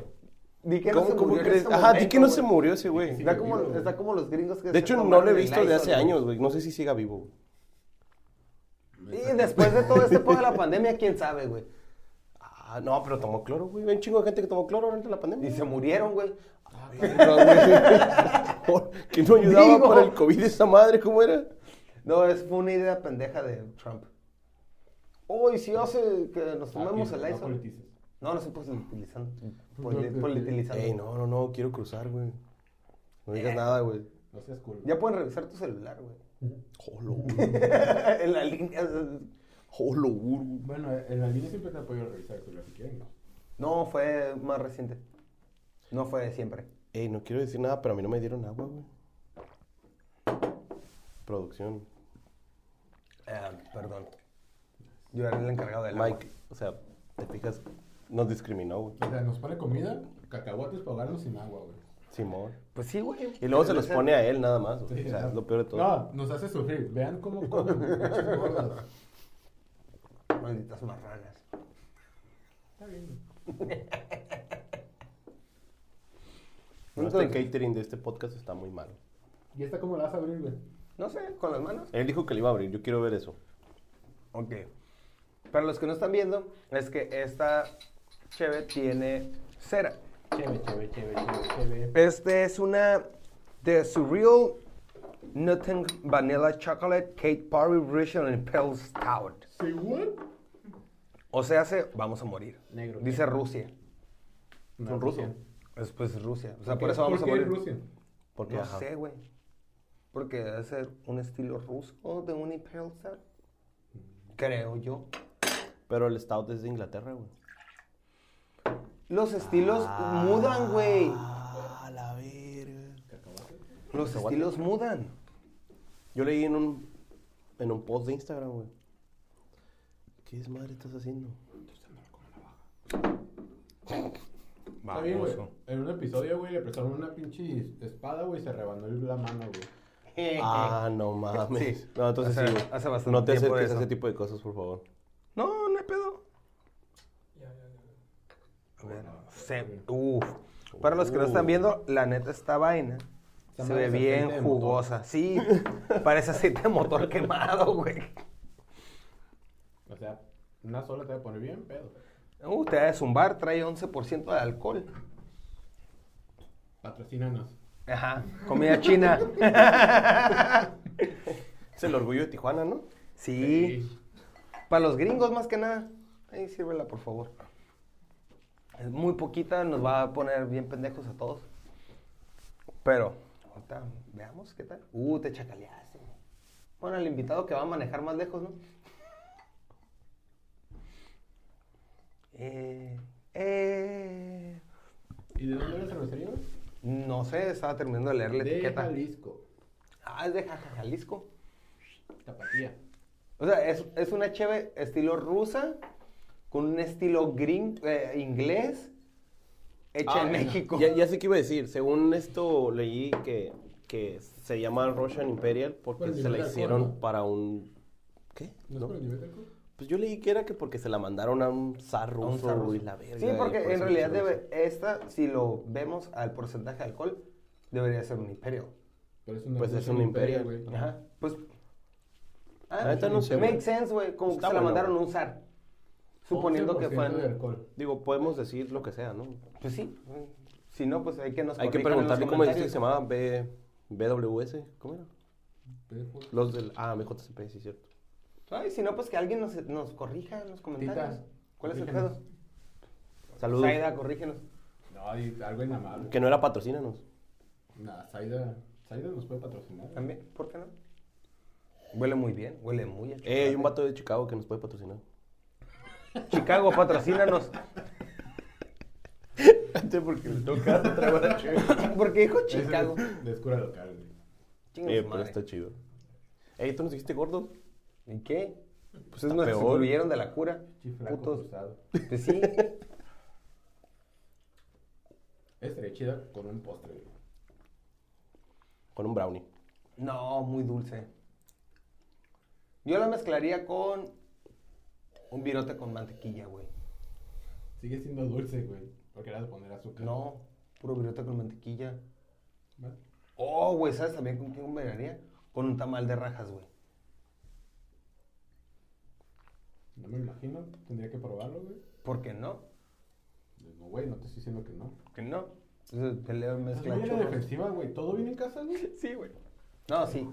[SPEAKER 1] Di que no
[SPEAKER 3] ¿Cómo,
[SPEAKER 1] se
[SPEAKER 3] cómo
[SPEAKER 1] murió en
[SPEAKER 3] crees?
[SPEAKER 1] ese
[SPEAKER 3] Ajá, di
[SPEAKER 1] momento,
[SPEAKER 3] que no
[SPEAKER 1] güey.
[SPEAKER 3] se murió ese, güey.
[SPEAKER 1] Está como, está como los gringos que.
[SPEAKER 3] De
[SPEAKER 1] se
[SPEAKER 3] hecho, no
[SPEAKER 1] tomaron
[SPEAKER 3] lo he
[SPEAKER 1] el
[SPEAKER 3] visto de
[SPEAKER 1] Lysol,
[SPEAKER 3] hace
[SPEAKER 1] güey.
[SPEAKER 3] años, güey. No sé si siga vivo, güey.
[SPEAKER 1] Y después de todo este poco de la pandemia, quién sabe, güey.
[SPEAKER 3] Ah, no, pero tomó cloro, güey. Hay un chingo de gente que tomó cloro durante la pandemia. Ah,
[SPEAKER 1] Y se murieron, güey. [laughs]
[SPEAKER 3] que no ayudaba
[SPEAKER 1] Digo.
[SPEAKER 3] para el COVID esa madre, ¿cómo era?
[SPEAKER 1] No, es, fue una idea pendeja de Trump. Oh, y si hace que nos tomemos
[SPEAKER 2] Aquí,
[SPEAKER 1] el
[SPEAKER 2] Ah, no
[SPEAKER 1] Lysol.
[SPEAKER 2] politices.
[SPEAKER 1] No, no estoy politilizando.
[SPEAKER 2] No, no,
[SPEAKER 1] Poli-
[SPEAKER 2] no.
[SPEAKER 1] Politilizando.
[SPEAKER 3] Ey, no, no, no, quiero cruzar, güey. No
[SPEAKER 1] Eh.
[SPEAKER 3] digas nada, güey.
[SPEAKER 2] No seas culo.
[SPEAKER 1] Ya pueden revisar tu celular,
[SPEAKER 2] [laughs]
[SPEAKER 1] güey.
[SPEAKER 3] Jolo,
[SPEAKER 1] [laughs] en la línea. eh,
[SPEAKER 3] jolo, güey.
[SPEAKER 2] Bueno, en la línea siempre te ha podido revisar tu si quieren, ¿no?
[SPEAKER 1] No, fue más reciente. No fue de siempre.
[SPEAKER 3] Ey, no quiero decir nada, pero a mí no me dieron agua, güey. Producción.
[SPEAKER 1] Eh, perdón. Yo era el encargado del
[SPEAKER 3] Mike, o sea, te fijas, nos discriminó, güey.
[SPEAKER 2] O sea, nos pone comida, cacahuates para ahogarnos sin agua, güey.
[SPEAKER 3] Simón.
[SPEAKER 1] Pues sí, güey.
[SPEAKER 3] Y luego se los pone a él nada más, güey. O sea, es lo peor de todo.
[SPEAKER 2] No, nos hace sufrir. Vean cómo comen, pinches gordas.
[SPEAKER 1] Malditas marranas.
[SPEAKER 2] Está bien.
[SPEAKER 3] No,
[SPEAKER 1] Entonces-
[SPEAKER 3] este catering de este podcast está muy malo.
[SPEAKER 2] ¿Y esta cómo la vas a abrir, güey?
[SPEAKER 1] No sé, con las manos.
[SPEAKER 3] Él dijo que le iba a abrir, yo quiero ver eso.
[SPEAKER 1] Ok. Para los que no están viendo, es que esta cheve tiene cera.
[SPEAKER 2] Chévere, chévere, chévere, chévere.
[SPEAKER 1] Este es una de Surreal Nothing Vanilla Chocolate Cake Party Original Impel Stout.
[SPEAKER 2] ¿Sí, what?
[SPEAKER 1] O sea, se vamos a morir.
[SPEAKER 2] Negro.
[SPEAKER 1] Dice Rusia.
[SPEAKER 2] No,
[SPEAKER 3] ruso.
[SPEAKER 1] Es pues Rusia. O sea,
[SPEAKER 2] ¿Qué?
[SPEAKER 1] por eso vamos a
[SPEAKER 2] qué
[SPEAKER 1] morir.
[SPEAKER 2] Rusia?
[SPEAKER 3] Porque,
[SPEAKER 1] No
[SPEAKER 3] ajá.
[SPEAKER 1] sé, güey. Porque debe ser un estilo ruso de un Impel Stout. Creo yo.
[SPEAKER 3] Pero el stout es de Inglaterra, güey.
[SPEAKER 1] Los estilos mudan, güey.
[SPEAKER 3] Ah, la verga.
[SPEAKER 1] Los estilos mudan.
[SPEAKER 3] Yo leí en un, en un post de Instagram, güey. ¿Qué desmadre estás haciendo?
[SPEAKER 2] Está bien, güey. En un episodio, güey, le prestaron una pinche espada, güey, y se rebanó la mano, güey.
[SPEAKER 3] Ah, no mames.
[SPEAKER 1] Eh, Sí.
[SPEAKER 3] No, entonces
[SPEAKER 1] Hace-
[SPEAKER 3] sí, güey.
[SPEAKER 1] hace bastante
[SPEAKER 3] No te
[SPEAKER 1] tiempo
[SPEAKER 3] acerques a
[SPEAKER 1] eso.
[SPEAKER 3] ese tipo de cosas, por favor.
[SPEAKER 1] No, no hay pedo. A ver, se- uf. Para los que no están viendo, la neta, esta vaina
[SPEAKER 2] Uh. Esta
[SPEAKER 1] se ve
[SPEAKER 2] madre es aceite de
[SPEAKER 1] bien
[SPEAKER 2] motor.
[SPEAKER 1] jugosa. Sí, [laughs] parece aceite de motor quemado, güey.
[SPEAKER 2] O sea, una sola te va a poner bien pedo.
[SPEAKER 1] Uh, te va a zumbar, trae 11% de alcohol.
[SPEAKER 2] Patrocínanos.
[SPEAKER 1] Ajá, comida
[SPEAKER 3] [laughs]
[SPEAKER 1] china.
[SPEAKER 3] Es el orgullo de Tijuana, ¿no?
[SPEAKER 1] Sí, para los gringos más que nada. Ahí sírvela, por favor. Es muy poquita, nos va a poner bien pendejos a todos. Pero, ahorita veamos qué tal. Uh, te chacaleaste. Bueno, el invitado que va a manejar más lejos, ¿no? [laughs] Eh, eh,
[SPEAKER 2] ¿Y de dónde era la cervecería, güey?
[SPEAKER 1] no sé, estaba terminando de leer la
[SPEAKER 2] De
[SPEAKER 1] etiqueta.
[SPEAKER 2] Jalisco.
[SPEAKER 1] Ah, es de Jaja, Jalisco.
[SPEAKER 2] Tapatía.
[SPEAKER 1] O sea, es, es una cheve estilo rusa con un estilo green, eh, inglés hecha
[SPEAKER 3] Ah,
[SPEAKER 1] en
[SPEAKER 3] no.
[SPEAKER 1] México.
[SPEAKER 3] Ya, ya sé qué iba a decir. Según esto leí que, que se llama Russian Imperial porque
[SPEAKER 2] Por el
[SPEAKER 3] se
[SPEAKER 2] nivel
[SPEAKER 3] la
[SPEAKER 2] de alcohol,
[SPEAKER 3] hicieron
[SPEAKER 2] ¿no?
[SPEAKER 3] para un... ¿Qué?
[SPEAKER 2] ¿No, es
[SPEAKER 3] No.
[SPEAKER 2] por el nivel de alcohol?
[SPEAKER 3] Pues yo leí que era que porque se la mandaron a un zar
[SPEAKER 1] A un
[SPEAKER 3] ruso,
[SPEAKER 1] zar ruso.
[SPEAKER 3] y la verga.
[SPEAKER 1] Sí,
[SPEAKER 3] y
[SPEAKER 1] porque
[SPEAKER 3] por
[SPEAKER 1] en
[SPEAKER 3] eso
[SPEAKER 1] realidad
[SPEAKER 3] pusieron
[SPEAKER 1] debe- esta, si lo vemos al porcentaje de alcohol, debería ser un imperio.
[SPEAKER 2] Pero es una
[SPEAKER 3] Pues es
[SPEAKER 2] Russian
[SPEAKER 3] un
[SPEAKER 2] Imperial,
[SPEAKER 3] Imperial.
[SPEAKER 2] güey.
[SPEAKER 1] Ajá. Pues. ah,
[SPEAKER 3] La neta no sé,
[SPEAKER 1] Make
[SPEAKER 3] güey.
[SPEAKER 1] sense, güey. Como
[SPEAKER 3] Está
[SPEAKER 1] que se la
[SPEAKER 3] bueno,
[SPEAKER 1] mandaron a
[SPEAKER 3] güey. Oh,
[SPEAKER 1] usar. Suponiendo que
[SPEAKER 2] 11% de
[SPEAKER 1] fue.
[SPEAKER 2] alcohol.
[SPEAKER 3] eso. Digo, podemos decir lo que sea, ¿no?
[SPEAKER 1] Pues sí. Si no, pues hay que nos
[SPEAKER 3] Hay que
[SPEAKER 1] corrijan en los
[SPEAKER 3] preguntarle cómo dijiste que se
[SPEAKER 1] comentarios.
[SPEAKER 3] llamaba B, BWS. ¿Cómo era?
[SPEAKER 2] Pero-
[SPEAKER 3] Los del... Ah, BJCP, sí, cierto.
[SPEAKER 1] Ay, si no, pues que alguien nos, nos corrija en los comentarios.
[SPEAKER 2] Tita,
[SPEAKER 1] ¿Cuál es el
[SPEAKER 2] corrígenos.
[SPEAKER 1] pedo?
[SPEAKER 3] Saludos.
[SPEAKER 1] Saida, corrígenos.
[SPEAKER 2] No, y algo inamable.
[SPEAKER 3] Que no era patrocínanos.
[SPEAKER 2] Nada, Saida, Saida nos puede patrocinar.
[SPEAKER 1] También, ¿por qué no? Huele muy bien, huele muy a
[SPEAKER 3] Eh, hay un
[SPEAKER 1] chocolate.
[SPEAKER 3] vato de Chicago que nos
[SPEAKER 1] [laughs]
[SPEAKER 3] puede patrocinar.
[SPEAKER 1] Chicago, patrocínanos.
[SPEAKER 3] [laughs]
[SPEAKER 1] Este
[SPEAKER 3] porque le toca
[SPEAKER 2] [laughs]
[SPEAKER 1] Porque dijo
[SPEAKER 2] Ese es
[SPEAKER 1] [laughs] Chicago.
[SPEAKER 2] de escura local, güey.
[SPEAKER 1] Chinga
[SPEAKER 3] Eh,
[SPEAKER 1] su
[SPEAKER 3] pero
[SPEAKER 1] madre.
[SPEAKER 3] está chido. Ey, ¿tú nos dijiste gordo?
[SPEAKER 1] ¿Y qué? Pues
[SPEAKER 3] está
[SPEAKER 1] nos
[SPEAKER 3] peor.
[SPEAKER 1] excluyeron de la cura.
[SPEAKER 2] Chiflaco
[SPEAKER 1] Putos.
[SPEAKER 2] cruzado.
[SPEAKER 1] Pues sí.
[SPEAKER 2] Estaría chida con un postre, güey.
[SPEAKER 3] Con un brownie.
[SPEAKER 1] No, muy dulce. Yo la mezclaría con un virote con mantequilla, güey.
[SPEAKER 2] Sigue siendo dulce, güey. Porque le vas a poner azúcar.
[SPEAKER 1] No, puro virote con mantequilla.
[SPEAKER 2] ¿Vale?
[SPEAKER 1] Oh, güey, ¿sabes también con qué combinaría? Con un tamal de rajas, güey.
[SPEAKER 2] No me lo imagino. Tendría que probarlo, güey.
[SPEAKER 1] ¿Por qué no?
[SPEAKER 2] No, güey, no te estoy diciendo que no.
[SPEAKER 1] ¿Por qué no? Entonces, peleo,
[SPEAKER 2] Es
[SPEAKER 1] mezcla
[SPEAKER 3] [laughs]
[SPEAKER 2] la
[SPEAKER 1] churros.
[SPEAKER 2] defensiva, güey. ¿Todo viene en casa, güey?
[SPEAKER 1] Sí, güey. No, sí.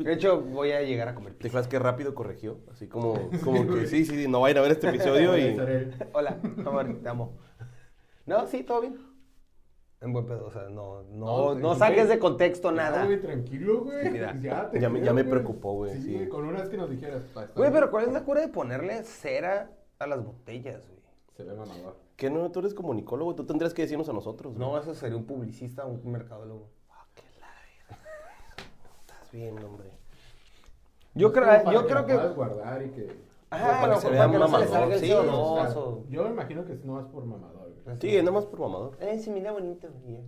[SPEAKER 1] De hecho, voy a llegar a comer
[SPEAKER 3] Oh, ¿Te
[SPEAKER 1] pizza.
[SPEAKER 3] fijas que rápido corrigió?
[SPEAKER 1] [laughs]
[SPEAKER 3] Así como, como que sí, sí, sí, no vayan a ver este episodio y...
[SPEAKER 1] Hola, amor, te amo. No, sí, todo bien. En buen pedo, o sea, no, no, no,
[SPEAKER 2] No, sí,
[SPEAKER 1] saques
[SPEAKER 2] güey.
[SPEAKER 1] de contexto
[SPEAKER 2] Ya,
[SPEAKER 1] nada.
[SPEAKER 2] güey, tranquilo, güey.
[SPEAKER 1] Mira,
[SPEAKER 2] Ya, te
[SPEAKER 3] ya me-
[SPEAKER 2] creo,
[SPEAKER 3] ya me
[SPEAKER 2] güey.
[SPEAKER 3] preocupó, güey, sí.
[SPEAKER 2] Sí, güey, con una vez que nos dijeras. pa, está
[SPEAKER 1] Güey,
[SPEAKER 2] bien.
[SPEAKER 1] pero ¿cuál es la cura de ponerle cera a las botellas, güey?
[SPEAKER 2] Se ve mamador.
[SPEAKER 3] ¿Qué no? Tú eres comunicólogo, tú tendrías que decirnos a nosotros.
[SPEAKER 1] No, eso sería un publicista, un mercadólogo.
[SPEAKER 3] Estás bien, hombre.
[SPEAKER 1] Yo
[SPEAKER 2] Es
[SPEAKER 1] creo,
[SPEAKER 2] como para
[SPEAKER 1] yo
[SPEAKER 2] la
[SPEAKER 1] creo que...
[SPEAKER 2] puedas guardar y que...
[SPEAKER 1] Ajá, Ah,
[SPEAKER 3] para
[SPEAKER 1] no, pues,
[SPEAKER 3] que se
[SPEAKER 1] para
[SPEAKER 3] vea
[SPEAKER 1] que no se le
[SPEAKER 3] mamador,
[SPEAKER 1] salga el
[SPEAKER 3] sí,
[SPEAKER 1] dedo,
[SPEAKER 3] o
[SPEAKER 1] no,
[SPEAKER 2] O sea,
[SPEAKER 1] eso-
[SPEAKER 2] yo me imagino que es nomás por mamador, güey.
[SPEAKER 3] Pues Sí, nada más por mamador.
[SPEAKER 1] Eh, sí, mira bonito. y ya.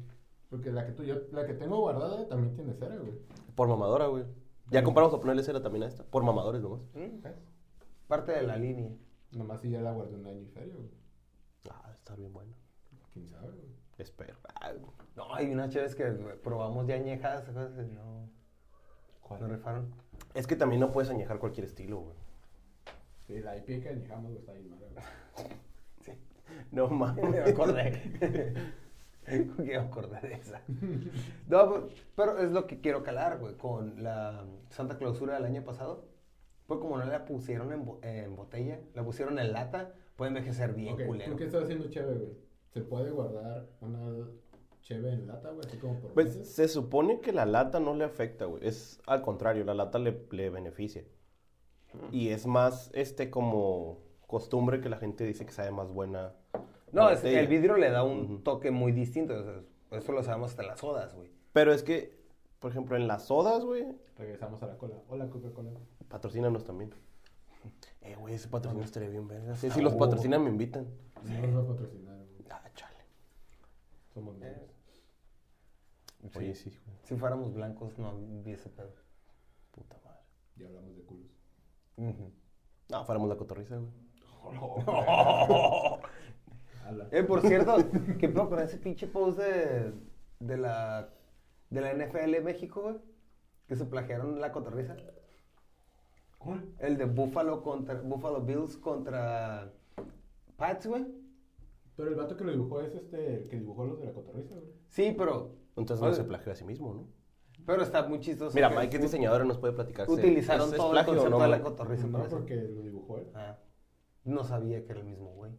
[SPEAKER 2] Porque la que, tú, yo, la que tengo guardada también tiene cera, güey.
[SPEAKER 3] Por mamadora, güey. Ya compramos a ponerle cera también a esta. Por mamadores nomás.
[SPEAKER 1] Mm,
[SPEAKER 2] ¿Ves?
[SPEAKER 1] Parte de la línea.
[SPEAKER 2] Nomás si ya la guardé un año y feria, güey.
[SPEAKER 3] Ah, está bien bueno.
[SPEAKER 2] ¿Quién sabe, güey?
[SPEAKER 3] Espero. Ah,
[SPEAKER 1] No, hay unas chaves que probamos ya añejadas, esas cosas, no, no rifaron.
[SPEAKER 3] Es que también no puedes añejar cualquier estilo, güey.
[SPEAKER 2] Sí, la IP que añejamos, güey, está bien mala, güey.
[SPEAKER 3] [laughs] No
[SPEAKER 1] Me
[SPEAKER 3] mames.
[SPEAKER 1] acordé. ¿Por qué [laughs] me acordé de esa? No, pero- pero es lo que quiero calar, güey, con la Santa Clausura del año pasado. Pues como no la pusieron en, bo- en botella, la pusieron en lata, puede envejecer bien,
[SPEAKER 2] Ok,
[SPEAKER 1] culero.
[SPEAKER 2] ¿Tú qué estás haciendo cheve, güey? ¿Se puede guardar una cheve en lata, güey? Así como por
[SPEAKER 3] Pues
[SPEAKER 2] meses?
[SPEAKER 3] se supone que la lata no le afecta, güey. Es al contrario, la lata le, le beneficia. Y es más, este, como costumbre que la gente dice que sabe más buena.
[SPEAKER 1] No,
[SPEAKER 3] la
[SPEAKER 1] es-
[SPEAKER 3] botella.
[SPEAKER 1] el vidrio le da un
[SPEAKER 3] Ujú.
[SPEAKER 1] toque muy distinto. o sea, eso lo sabemos hasta en las sodas, güey.
[SPEAKER 3] Pero es que, por ejemplo, en las sodas, güey,
[SPEAKER 2] Regresamos a la cola. Hola, Coca-Cola.
[SPEAKER 3] patrocínanos también. Eh, güey, ese patrocinio estaría bien, verga. Sí,
[SPEAKER 1] Ah,
[SPEAKER 3] si los
[SPEAKER 1] huevo.
[SPEAKER 3] patrocinan, me invitan.
[SPEAKER 2] No nos va a patrocinar, güey.
[SPEAKER 3] Ah, chale.
[SPEAKER 2] Somos negros.
[SPEAKER 3] Oye, sí, güey.
[SPEAKER 1] Si fuéramos blancos, no hubiese pedo.
[SPEAKER 3] Puta madre.
[SPEAKER 2] Ya hablamos de culos.
[SPEAKER 3] No, fuéramos la cotorriza, güey.
[SPEAKER 2] Ala.
[SPEAKER 1] Eh, por cierto, [laughs] ¿qué pedo con ese pinche post de, de la, de la NFL de México, güey? Que se plagiaron la cotorriza.
[SPEAKER 2] ¿Cuál?
[SPEAKER 1] El de Buffalo, contra, Buffalo Bills contra Pats, güey.
[SPEAKER 2] Pero el vato que lo dibujó es este, el que dibujó los de la cotorriza, güey.
[SPEAKER 1] Sí, pero,
[SPEAKER 3] Entonces
[SPEAKER 1] Oye.
[SPEAKER 3] no se plagió a sí mismo, ¿no?
[SPEAKER 1] pero está muy chistoso.
[SPEAKER 3] Mira,
[SPEAKER 1] que
[SPEAKER 3] Mike es diseñador y nos puede platicar.
[SPEAKER 1] Pues, Utilizaron
[SPEAKER 3] ¿Es- es
[SPEAKER 1] todo el
[SPEAKER 3] plagio o
[SPEAKER 1] concepto
[SPEAKER 3] no,
[SPEAKER 1] de la
[SPEAKER 3] güey?
[SPEAKER 1] cotorriza.
[SPEAKER 2] No,
[SPEAKER 1] por eso.
[SPEAKER 2] porque lo dibujó él.
[SPEAKER 1] Ah, no sabía que era el mismo, güey.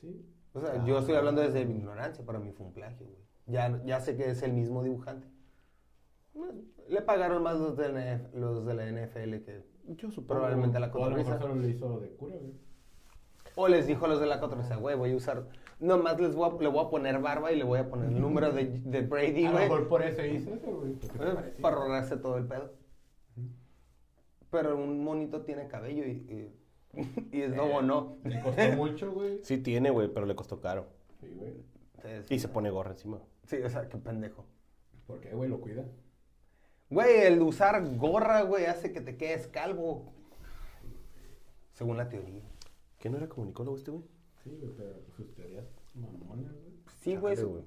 [SPEAKER 2] Sí.
[SPEAKER 1] O sea,
[SPEAKER 3] Ah.
[SPEAKER 1] yo estoy hablando desde mi ignorancia, para mí fue un plagio, güey. Ya, ya sé que es el mismo dibujante. Bueno, Le pagaron más los de la, NF los de la NFL que
[SPEAKER 3] Yo supongo.
[SPEAKER 1] probablemente a la
[SPEAKER 2] O a lo mejor
[SPEAKER 1] cotorriza.
[SPEAKER 2] solo le hizo de cura, güey.
[SPEAKER 1] O les dijo a los de la cotorriza, güey, voy a usar... Nomás les voy a, le voy a poner barba y le voy a poner el número de, de Brady,
[SPEAKER 2] A lo
[SPEAKER 1] güey.
[SPEAKER 2] mejor por eso hizo eso, güey. porque se
[SPEAKER 1] Eh,
[SPEAKER 2] parecía.
[SPEAKER 1] Para ahorrarse todo el pedo. pero un monito tiene cabello y, y, [laughs] y es lobo, ¿no?
[SPEAKER 2] Le
[SPEAKER 1] [laughs]
[SPEAKER 2] costó mucho, güey.
[SPEAKER 3] Sí tiene, güey, pero le costó caro.
[SPEAKER 2] Sí, güey.
[SPEAKER 1] Entonces,
[SPEAKER 3] Y se pone gorra encima.
[SPEAKER 1] Sí, o sea, qué pendejo.
[SPEAKER 2] ¿Por qué, güey? Lo cuida.
[SPEAKER 1] Güey, el usar gorra, güey, hace que te quedes calvo. Según la teoría.
[SPEAKER 3] ¿Qué no era comunicólogo este, güey?
[SPEAKER 2] Sí, güey, pero sus teorías mamonas, güey.
[SPEAKER 1] Sí, güey.
[SPEAKER 3] Chale, güey.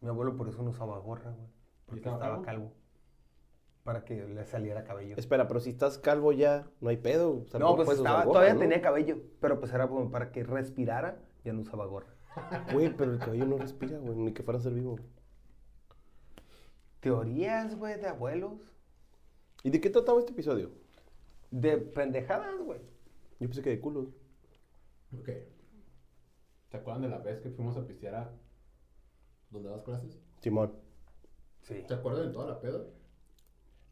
[SPEAKER 1] Mi abuelo por eso no usaba gorra, güey. Porque
[SPEAKER 2] estaba
[SPEAKER 1] estaba
[SPEAKER 2] calvo?
[SPEAKER 1] calvo? Para que le saliera cabello.
[SPEAKER 3] Espera, pero si estás calvo ya, no hay pedo. o sea,
[SPEAKER 1] no,
[SPEAKER 3] no
[SPEAKER 1] pues
[SPEAKER 3] puedes usar
[SPEAKER 1] estaba,
[SPEAKER 3] gorra,
[SPEAKER 1] todavía
[SPEAKER 3] ¿no?
[SPEAKER 1] tenía cabello, pero pues era como para que respirara, ya no usaba gorra.
[SPEAKER 3] Güey, pero el cabello no respira, güey, ni que fuera a ser vivo.
[SPEAKER 1] Teorías, güey, de abuelos.
[SPEAKER 3] ¿Y de qué trataba este episodio?
[SPEAKER 1] De pendejadas, güey.
[SPEAKER 3] Yo pensé que de culo.
[SPEAKER 2] Ok. ¿Se acuerdan de la vez que fuimos a pistear a... ¿Dónde das clases?
[SPEAKER 3] Simón.
[SPEAKER 1] Sí.
[SPEAKER 2] ¿Se acuerdan de toda la peda?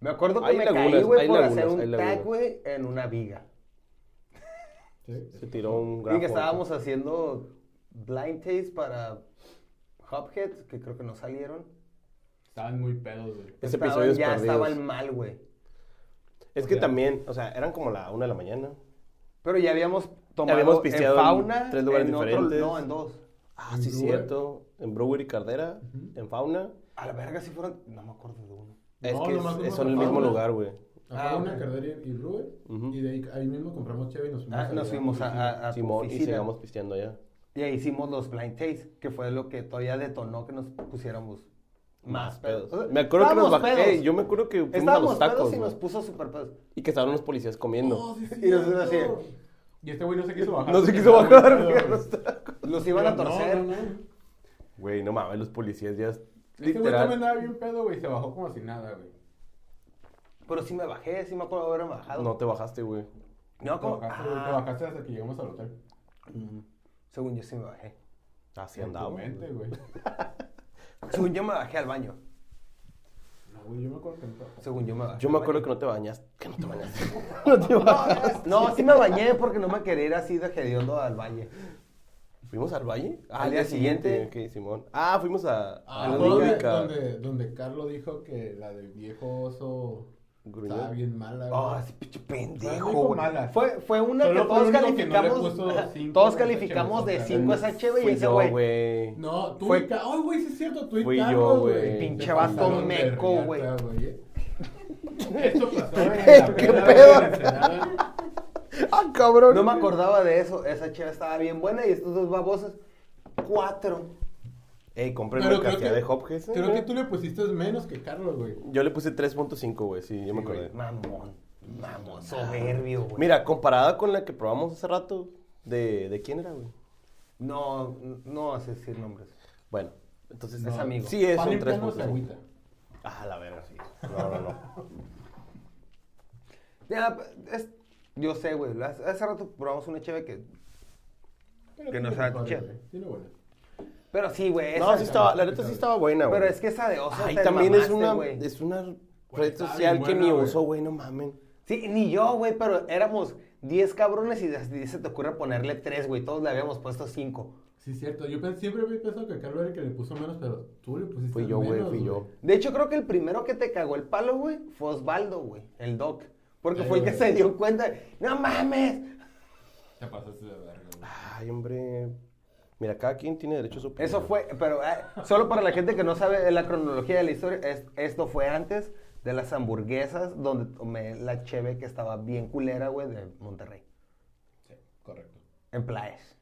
[SPEAKER 1] Me acuerdo que
[SPEAKER 3] Hay
[SPEAKER 1] me caí,
[SPEAKER 3] lagunas,
[SPEAKER 1] güey,
[SPEAKER 3] hay
[SPEAKER 1] por
[SPEAKER 3] lagunas,
[SPEAKER 1] hacer
[SPEAKER 3] hay
[SPEAKER 1] un
[SPEAKER 3] lagunas.
[SPEAKER 1] tag, güey, en una viga.
[SPEAKER 2] Sí.
[SPEAKER 3] Se tiró un grafo.
[SPEAKER 1] Y que estábamos haciendo blind taste para Hopheads, que creo que no salieron.
[SPEAKER 2] Estaban muy pedos, güey.
[SPEAKER 3] Ese
[SPEAKER 1] Estaban-
[SPEAKER 3] episodio es
[SPEAKER 1] Ya
[SPEAKER 3] perdidos.
[SPEAKER 1] estaban mal, güey.
[SPEAKER 3] Es que también, o sea, eran como la una de la mañana.
[SPEAKER 1] Pero ya habíamos tomado
[SPEAKER 3] habíamos pisteado
[SPEAKER 1] en
[SPEAKER 3] en
[SPEAKER 1] fauna,
[SPEAKER 3] tres lugares
[SPEAKER 1] en otro-
[SPEAKER 3] diferentes.
[SPEAKER 1] no, en dos.
[SPEAKER 3] Ah,
[SPEAKER 2] En
[SPEAKER 3] sí,
[SPEAKER 2] Brewer.
[SPEAKER 3] cierto. En Brewer y Cardera, en Fauna.
[SPEAKER 1] A la verga si fueron, no me acuerdo de uno.
[SPEAKER 3] Es
[SPEAKER 2] No,
[SPEAKER 3] que
[SPEAKER 2] nomás
[SPEAKER 3] es-
[SPEAKER 2] fuimos
[SPEAKER 3] son
[SPEAKER 2] a
[SPEAKER 3] el mismo
[SPEAKER 2] Fauna.
[SPEAKER 3] lugar, güey.
[SPEAKER 2] Acá
[SPEAKER 1] Ah,
[SPEAKER 2] una
[SPEAKER 1] ok.
[SPEAKER 2] Carderi y Rubén.
[SPEAKER 3] Ujú.
[SPEAKER 2] Y de ahí, ahí mismo compramos cheve y nos fuimos
[SPEAKER 1] Ah, nos fuimos a, a, a tu
[SPEAKER 3] Simón, y
[SPEAKER 1] oficina.
[SPEAKER 3] sigamos pisteando allá.
[SPEAKER 1] Y ahí hicimos los blind taste, que fue lo que todavía detonó que nos pusiéramos más pedos. O sea,
[SPEAKER 3] Me acuerdo que nos
[SPEAKER 1] estábamos
[SPEAKER 3] bajé.
[SPEAKER 1] pedos.
[SPEAKER 3] yo me acuerdo que fuimos a
[SPEAKER 1] Estábamos
[SPEAKER 3] los tacos.
[SPEAKER 1] pedos y
[SPEAKER 3] güey.
[SPEAKER 1] nos puso super pedos.
[SPEAKER 3] Y que estaban unos policías comiendo.
[SPEAKER 2] Oh,
[SPEAKER 1] Y nosotros así.
[SPEAKER 2] Y este güey no se quiso bajar.
[SPEAKER 3] no se
[SPEAKER 2] porque
[SPEAKER 3] quiso
[SPEAKER 2] estaba
[SPEAKER 3] bajar.
[SPEAKER 2] muy
[SPEAKER 3] güey,
[SPEAKER 2] pedo,
[SPEAKER 3] no
[SPEAKER 2] güey.
[SPEAKER 3] está-
[SPEAKER 1] Los iban a
[SPEAKER 2] Pero no,
[SPEAKER 1] torcer.
[SPEAKER 2] no, no. Este
[SPEAKER 3] Güey, no mames, los policías ya.
[SPEAKER 2] güey también
[SPEAKER 3] Literal.
[SPEAKER 2] andaba bien pedo, güey. y Se bajó como si nada, güey.
[SPEAKER 1] Pero sí me bajé, sí me acuerdo de haber bajado.
[SPEAKER 3] No te bajaste, güey.
[SPEAKER 1] No,
[SPEAKER 2] Te
[SPEAKER 1] como-
[SPEAKER 2] bajaste, güey, te
[SPEAKER 1] Ah, Mm.
[SPEAKER 2] bajaste hasta que llegamos al hotel.
[SPEAKER 1] Según yo sí me bajé.
[SPEAKER 3] Así
[SPEAKER 2] En tu
[SPEAKER 3] andaba.
[SPEAKER 2] mente, güey.
[SPEAKER 1] Según yo me bajé al baño.
[SPEAKER 2] No, güey, yo me acuerdo que entró.
[SPEAKER 1] Según yo me bajé.
[SPEAKER 3] Yo me
[SPEAKER 1] al
[SPEAKER 3] acuerdo que
[SPEAKER 1] baño.
[SPEAKER 3] no te bañaste. Que no
[SPEAKER 2] [laughs]
[SPEAKER 3] te bañaste. no te bajaste.
[SPEAKER 1] No, sí me bañé porque no me quería ir así de hediondo al valle.
[SPEAKER 3] ¿Fuimos al valle?
[SPEAKER 1] Al día siguiente.
[SPEAKER 3] Ok, Simón. Ah, fuimos a,
[SPEAKER 2] Ah,
[SPEAKER 3] a la
[SPEAKER 2] donde-
[SPEAKER 3] única-
[SPEAKER 2] donde, donde Carlos dijo que la de viejo oso
[SPEAKER 3] Gruñón.
[SPEAKER 2] estaba bien mala. güey.
[SPEAKER 1] Ah, ese pinche pendejo,
[SPEAKER 2] Fue muy
[SPEAKER 1] güey.
[SPEAKER 2] mala.
[SPEAKER 1] Fue, fue una
[SPEAKER 2] Solo
[SPEAKER 1] que
[SPEAKER 2] fue
[SPEAKER 1] todos
[SPEAKER 2] el único que no le
[SPEAKER 1] calificamos.
[SPEAKER 2] puso
[SPEAKER 1] [laughs] ajá,
[SPEAKER 2] cinco
[SPEAKER 1] todos
[SPEAKER 2] en el
[SPEAKER 1] calificamos de
[SPEAKER 2] HB,
[SPEAKER 1] 5 a ese HB y
[SPEAKER 3] Fui
[SPEAKER 1] ese
[SPEAKER 3] yo,
[SPEAKER 1] güey.
[SPEAKER 3] güey.
[SPEAKER 2] No, tú
[SPEAKER 1] Fue-
[SPEAKER 2] y Ca- Ay, güey, sí es cierto, tú y
[SPEAKER 3] Fui yo,
[SPEAKER 2] Carlos,
[SPEAKER 3] güey.
[SPEAKER 2] güey.
[SPEAKER 1] Pinche
[SPEAKER 2] Te
[SPEAKER 1] vato
[SPEAKER 2] pasaron de
[SPEAKER 1] meco,
[SPEAKER 2] riata,
[SPEAKER 1] güey. [laughs]
[SPEAKER 2] eh. Esto pasó en la
[SPEAKER 3] ¿Qué
[SPEAKER 2] peda,
[SPEAKER 3] pedo?
[SPEAKER 2] güey, en Ensenada.
[SPEAKER 3] [laughs] Ah, cabrón.
[SPEAKER 1] No me acordaba de eso. Esa cheve estaba bien buena y estos dos babosos, cuatro.
[SPEAKER 3] Ey, compré una
[SPEAKER 2] Pero creo
[SPEAKER 3] cantidad
[SPEAKER 2] que,
[SPEAKER 3] de Hopkins. ¿eh?
[SPEAKER 2] creo que tú le pusiste menos que Carlos, güey.
[SPEAKER 3] Yo le puse 3.5, güey. Sí, yo me
[SPEAKER 2] güey.
[SPEAKER 3] acordé.
[SPEAKER 1] Mamón, mamón, soberbio, güey.
[SPEAKER 3] Mira, comparada con la que probamos hace rato, ¿de, de quién era, güey?
[SPEAKER 1] No, no vas a decir nombres.
[SPEAKER 3] Bueno, entonces.
[SPEAKER 1] Es
[SPEAKER 3] no.
[SPEAKER 1] amigo.
[SPEAKER 3] Sí, es
[SPEAKER 2] Pan
[SPEAKER 3] un
[SPEAKER 2] en plano se
[SPEAKER 3] 3.5.
[SPEAKER 2] agüita.
[SPEAKER 3] Ah, la verga, sí. No, no, no.
[SPEAKER 1] Ya, es- yo sé, güey. Hace hace rato probamos una cheve que.
[SPEAKER 2] Pero
[SPEAKER 1] Que no
[SPEAKER 2] tiene
[SPEAKER 1] sea
[SPEAKER 2] mejores,
[SPEAKER 1] chef.
[SPEAKER 2] güey, Tiene buenas.
[SPEAKER 1] Pero sí, güey.
[SPEAKER 3] No,
[SPEAKER 1] esa-
[SPEAKER 3] sí estaba, la neta sí estaba buena, güey.
[SPEAKER 1] Pero es que esa de oso.
[SPEAKER 3] Ay,
[SPEAKER 1] te
[SPEAKER 3] también es
[SPEAKER 1] mamaste,
[SPEAKER 3] una,
[SPEAKER 1] güey.
[SPEAKER 3] es una
[SPEAKER 2] Güey,
[SPEAKER 3] red
[SPEAKER 2] estaba
[SPEAKER 3] social
[SPEAKER 2] bien
[SPEAKER 3] que ni
[SPEAKER 2] buena, güey.
[SPEAKER 3] uso, güey, no mamen.
[SPEAKER 1] Sí, ni yo, güey, pero éramos 10 cabrones y de- y se te ocurre ponerle 3, güey. Todos le habíamos puesto 5.
[SPEAKER 2] Sí, es cierto. Yo pens- siempre había pensado que Carlos era el que le puso menos, pero tú le pusiste
[SPEAKER 3] Fui yo, güey,
[SPEAKER 2] menos,
[SPEAKER 3] fui yo.
[SPEAKER 1] De hecho, creo que el primero que te cagó el palo, güey, fue Osvaldo, güey, el doc. Porque
[SPEAKER 2] Ay,
[SPEAKER 1] fue el que
[SPEAKER 2] güey.
[SPEAKER 1] se dio cuenta. ¡No mames!
[SPEAKER 2] Te pasaste de verga, güey.
[SPEAKER 3] Ay, hombre. Mira, cada quien tiene derecho a su opinión.
[SPEAKER 1] Eso fue, pero eh, solo para la gente que no sabe la cronología de la historia, es- esto fue antes de las hamburguesas donde tomé la cheve que estaba bien culera, güey, de Monterrey,
[SPEAKER 2] Sí, correcto.
[SPEAKER 1] en Plaes.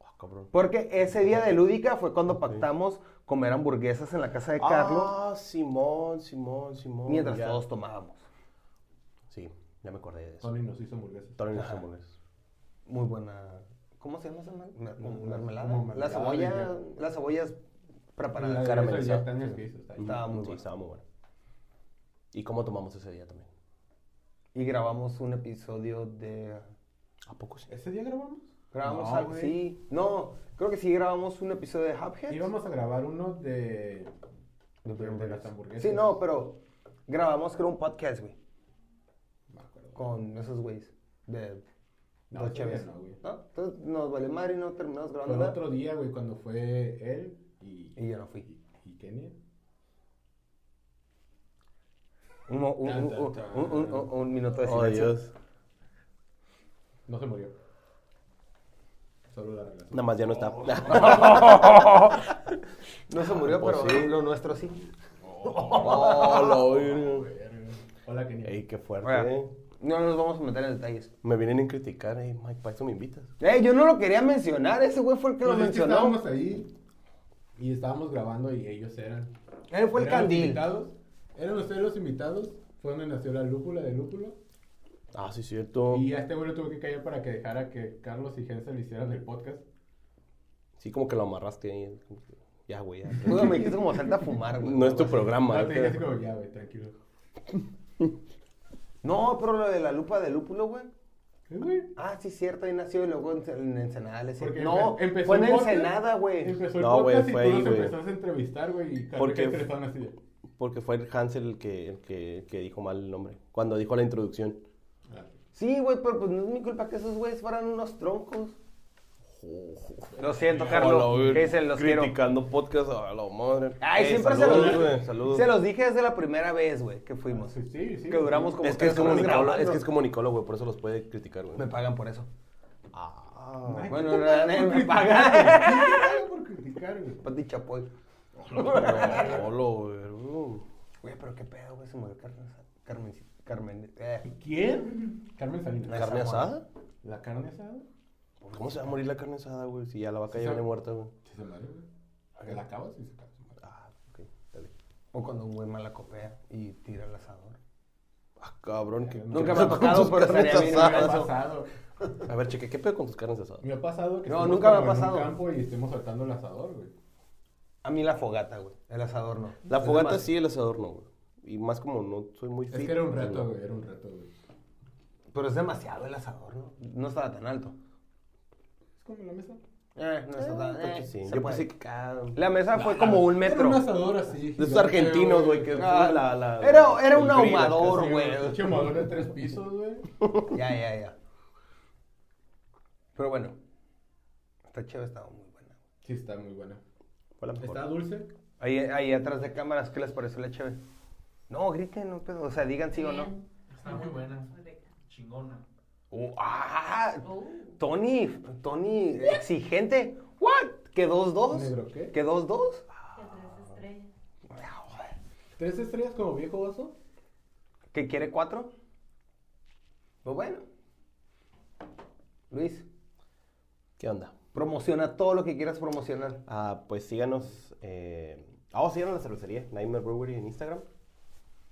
[SPEAKER 3] Ah, cabrón.
[SPEAKER 1] Porque ese día de Lúdica fue cuando pactamos comer hamburguesas en la casa de Carlos
[SPEAKER 3] Ah, Simón, Simón, Simón.
[SPEAKER 1] mientras
[SPEAKER 3] ya.
[SPEAKER 1] todos tomábamos.
[SPEAKER 3] Sí, ya me acordé de eso.
[SPEAKER 2] Tony nos hizo hamburguesas.
[SPEAKER 3] Tony los hamburguesas.
[SPEAKER 1] Muy buena. ¿Cómo se llama esa ma- mer- como
[SPEAKER 2] Mm, Como
[SPEAKER 1] mermelada?
[SPEAKER 2] mermelada,
[SPEAKER 1] La cebolla,
[SPEAKER 2] güey.
[SPEAKER 1] la cebolla es
[SPEAKER 2] La
[SPEAKER 1] preparada.
[SPEAKER 2] de
[SPEAKER 1] caramel.
[SPEAKER 2] esas yacañas que hizo, está
[SPEAKER 1] Estaba muy
[SPEAKER 3] Sí,
[SPEAKER 1] buena.
[SPEAKER 3] estaba muy bueno. ¿Y cómo tomamos ese día también?
[SPEAKER 1] Y grabamos un episodio de.
[SPEAKER 3] ¿A poco sí?
[SPEAKER 2] ¿Ese día grabamos?
[SPEAKER 1] Grabamos
[SPEAKER 2] No,
[SPEAKER 1] algo.
[SPEAKER 2] güey.
[SPEAKER 1] Sí. No, creo que sí grabamos un episodio de Hubhead.
[SPEAKER 2] Íbamos a grabar uno de.
[SPEAKER 1] De
[SPEAKER 2] de,
[SPEAKER 1] hamburguesas.
[SPEAKER 2] las hamburguesas.
[SPEAKER 1] Sí, no, pero grabamos creo un podcast, güey.
[SPEAKER 2] No me acuerdo.
[SPEAKER 1] Con esos güeyes. De.
[SPEAKER 2] No,
[SPEAKER 1] dos
[SPEAKER 2] ese día
[SPEAKER 1] cheves.
[SPEAKER 2] no, güey.
[SPEAKER 1] ¿No? Entonces nos vale madre y no terminamos grabando
[SPEAKER 2] Fue
[SPEAKER 1] nada.
[SPEAKER 2] otro día, güey, cuando fue él y.
[SPEAKER 1] Y yo no fui.
[SPEAKER 2] y- y Kenia.
[SPEAKER 1] Un, mo- un- un- un- un- un- un- un minuto Pues de
[SPEAKER 3] Oh,
[SPEAKER 1] silencio.
[SPEAKER 3] Dios.
[SPEAKER 2] No se murió. Solo la relación.
[SPEAKER 3] Nada más ya no está.
[SPEAKER 1] Oh. No se murió,
[SPEAKER 3] Pues
[SPEAKER 1] pero
[SPEAKER 3] sí.
[SPEAKER 1] lo nuestro sí.
[SPEAKER 3] [laughs] Oh, la verga.
[SPEAKER 2] Hola, Kenia.
[SPEAKER 3] Ey, qué fuerte.
[SPEAKER 1] Bueno,
[SPEAKER 3] eh.
[SPEAKER 1] no nos vamos a meter en detalles.
[SPEAKER 3] Me vienen a criticar, ey, Mike, para eso me invitas.
[SPEAKER 1] Eh, yo no lo quería mencionar, ese güey fue el que
[SPEAKER 2] Pues
[SPEAKER 1] lo
[SPEAKER 2] es que
[SPEAKER 1] mencionó.
[SPEAKER 2] estábamos ahí y estábamos grabando y ellos eran.
[SPEAKER 1] Él Eh, fue el
[SPEAKER 2] eran los
[SPEAKER 1] candil.
[SPEAKER 2] invitados, eran ustedes los invitados. Fue donde nació la lúpula de lúpulo.
[SPEAKER 3] Ah, sí,
[SPEAKER 1] Oh.
[SPEAKER 3] cierto.
[SPEAKER 2] Y a este güey lo tuve que callar para que dejara que Carlos y Jensen le hicieran el podcast.
[SPEAKER 3] Sí, como que lo amarraste ahí. como que, Ya, güey.
[SPEAKER 1] [laughs]
[SPEAKER 3] ya.
[SPEAKER 1] Tú me dijiste como salta a fumar, güey.
[SPEAKER 3] No es tu
[SPEAKER 1] Ah,
[SPEAKER 3] programa.
[SPEAKER 2] No, te dije
[SPEAKER 3] ahorita.
[SPEAKER 2] así como, ya, güey, tranquilo.
[SPEAKER 1] No, pero lo de la lupa de lúpulo, güey.
[SPEAKER 2] Eh, güey,
[SPEAKER 1] Ah, sí, cierto, ahí nació y luego en, en Ensenada. le decía-
[SPEAKER 2] porque
[SPEAKER 1] no,
[SPEAKER 2] empe- empezó
[SPEAKER 1] fue en
[SPEAKER 2] el podcast-
[SPEAKER 1] Ensenada, güey.
[SPEAKER 2] Empezó el
[SPEAKER 3] No, güey,
[SPEAKER 2] podcast
[SPEAKER 3] fue
[SPEAKER 2] y
[SPEAKER 3] ahí,
[SPEAKER 2] tú nos
[SPEAKER 3] güey.
[SPEAKER 2] empezaste a entrevistar, güey. Y
[SPEAKER 3] Porque-
[SPEAKER 2] porque estaban así de,
[SPEAKER 3] Porque fue el Hansel el que, el que, el que dijo mal el nombre. Cuando dijo la introducción.
[SPEAKER 2] ah,
[SPEAKER 1] Sí, güey, pero pues no es mi culpa que esos güeyes fueran unos troncos. Lo siento, Carlos.
[SPEAKER 3] Hola, güey,
[SPEAKER 1] que se los quiero. Eh,
[SPEAKER 3] Criticando podcast a la madre.
[SPEAKER 1] Ay,
[SPEAKER 3] Ey,
[SPEAKER 1] siempre
[SPEAKER 3] saludos,
[SPEAKER 1] se, los,
[SPEAKER 3] güey, saludos.
[SPEAKER 1] se los dije desde la primera vez, güey, que fuimos.
[SPEAKER 2] Ah, Sí, sí, sí.
[SPEAKER 1] que duramos como
[SPEAKER 3] Es que es
[SPEAKER 1] tres
[SPEAKER 3] como
[SPEAKER 1] horas
[SPEAKER 3] Nicolo,
[SPEAKER 1] grabando.
[SPEAKER 3] es que es como Nicolo, güey, por eso los puede criticar, güey.
[SPEAKER 1] Me pagan por eso.
[SPEAKER 3] Ah.
[SPEAKER 2] Ay,
[SPEAKER 1] bueno,
[SPEAKER 2] ¿qué te
[SPEAKER 1] la [laughs]
[SPEAKER 2] pagan
[SPEAKER 1] neta,
[SPEAKER 2] por
[SPEAKER 1] me pagan.
[SPEAKER 2] criticar, güey? ¿Qué te pagan por criticar, güey?
[SPEAKER 1] Pati Chapoy.
[SPEAKER 3] Nicolo, güey. uh.
[SPEAKER 1] Güey, pero qué pedo, güey, se murió Carmen. Carmen. Carmen eh,
[SPEAKER 2] ¿Quién? Carmen Salinas.
[SPEAKER 3] ¿Carne
[SPEAKER 1] Esa,
[SPEAKER 3] asada?
[SPEAKER 2] ¿La carne asada?
[SPEAKER 3] ¿Cómo se va a morir la carne asada, güey? Si ya la vaca
[SPEAKER 2] Sí,
[SPEAKER 3] ya
[SPEAKER 2] sabe.
[SPEAKER 3] viene muerta, güey.
[SPEAKER 2] Sí, se madre, güey. ¿A que la acabas y se acaba su madre.
[SPEAKER 3] Ah, ok, dale.
[SPEAKER 1] o cuando un güey mala copea y tira el asador.
[SPEAKER 3] Ah, cabrón. ¿qué-
[SPEAKER 2] Nunca
[SPEAKER 3] qué
[SPEAKER 2] me
[SPEAKER 1] ha
[SPEAKER 3] pedo con
[SPEAKER 1] tocado,
[SPEAKER 3] tus
[SPEAKER 1] pero
[SPEAKER 3] carnes
[SPEAKER 1] estaría bien,
[SPEAKER 2] Me ha
[SPEAKER 3] asadas?
[SPEAKER 2] pasado.
[SPEAKER 3] A ver, cheque, ¿qué pedo con tus carnes asadas?
[SPEAKER 2] Me ha pasado que
[SPEAKER 1] No,
[SPEAKER 2] estemos
[SPEAKER 1] nunca me ha
[SPEAKER 2] como en un
[SPEAKER 1] pasado.
[SPEAKER 2] campo y estemos saltando el asador, güey.
[SPEAKER 1] A mí la fogata, güey. El asador no.
[SPEAKER 3] La
[SPEAKER 1] Es
[SPEAKER 3] fogata
[SPEAKER 1] demás.
[SPEAKER 3] sí, el asador no, güey. Y más como no soy muy fit.
[SPEAKER 2] Es que era un
[SPEAKER 3] pues,
[SPEAKER 2] reto,
[SPEAKER 3] no.
[SPEAKER 2] güey, era un reto, güey.
[SPEAKER 1] Pero es demasiado el asador, ¿no? No estaba tan alto.
[SPEAKER 2] Es como la mesa.
[SPEAKER 1] Eh, no está tan
[SPEAKER 3] Ah,
[SPEAKER 1] eh,
[SPEAKER 3] sí,
[SPEAKER 1] se
[SPEAKER 3] Yo
[SPEAKER 1] puede.
[SPEAKER 3] pensé que cada-
[SPEAKER 1] La mesa fue como un
[SPEAKER 2] Era
[SPEAKER 1] metro.
[SPEAKER 2] un asador así.
[SPEAKER 3] De esos
[SPEAKER 2] gigante,
[SPEAKER 3] argentinos, güey, que
[SPEAKER 1] Ah,
[SPEAKER 3] suben la, la-
[SPEAKER 1] era- era
[SPEAKER 3] el
[SPEAKER 1] un
[SPEAKER 3] grill acá,
[SPEAKER 1] ahumador,
[SPEAKER 3] sí,
[SPEAKER 1] güey.
[SPEAKER 2] Un chamador de tres pisos, güey.
[SPEAKER 1] [laughs] Ya, ya, ya. Pero bueno. Esta cheve estaba muy buena.
[SPEAKER 2] Sí, está muy buena.
[SPEAKER 3] Fue la mejor.
[SPEAKER 2] ¿Está dulce?
[SPEAKER 1] Ahí, ahí atrás de cámaras, ¿qué les pareció la cheve? No, griten, no pedo. O sea, digan sí o no.
[SPEAKER 5] Está Ah, muy buena. Chingona.
[SPEAKER 1] Oh, ah, Tony, Tony, exigente. What? ¿Que 2-2?
[SPEAKER 2] ¿Negro qué?
[SPEAKER 1] ¿Que Ah, 2-2?
[SPEAKER 2] ¿Tres estrellas como viejo
[SPEAKER 3] [laughs]
[SPEAKER 2] vaso?
[SPEAKER 1] ¿Que quiere 4? Pues bueno. Luis,
[SPEAKER 3] ¿Qué onda?
[SPEAKER 1] promociona todo lo que quieras promocionar.
[SPEAKER 3] Ah, pues síganos. eh, Ah, oh, síganos la cervecería, Nightmare Brewery en Instagram.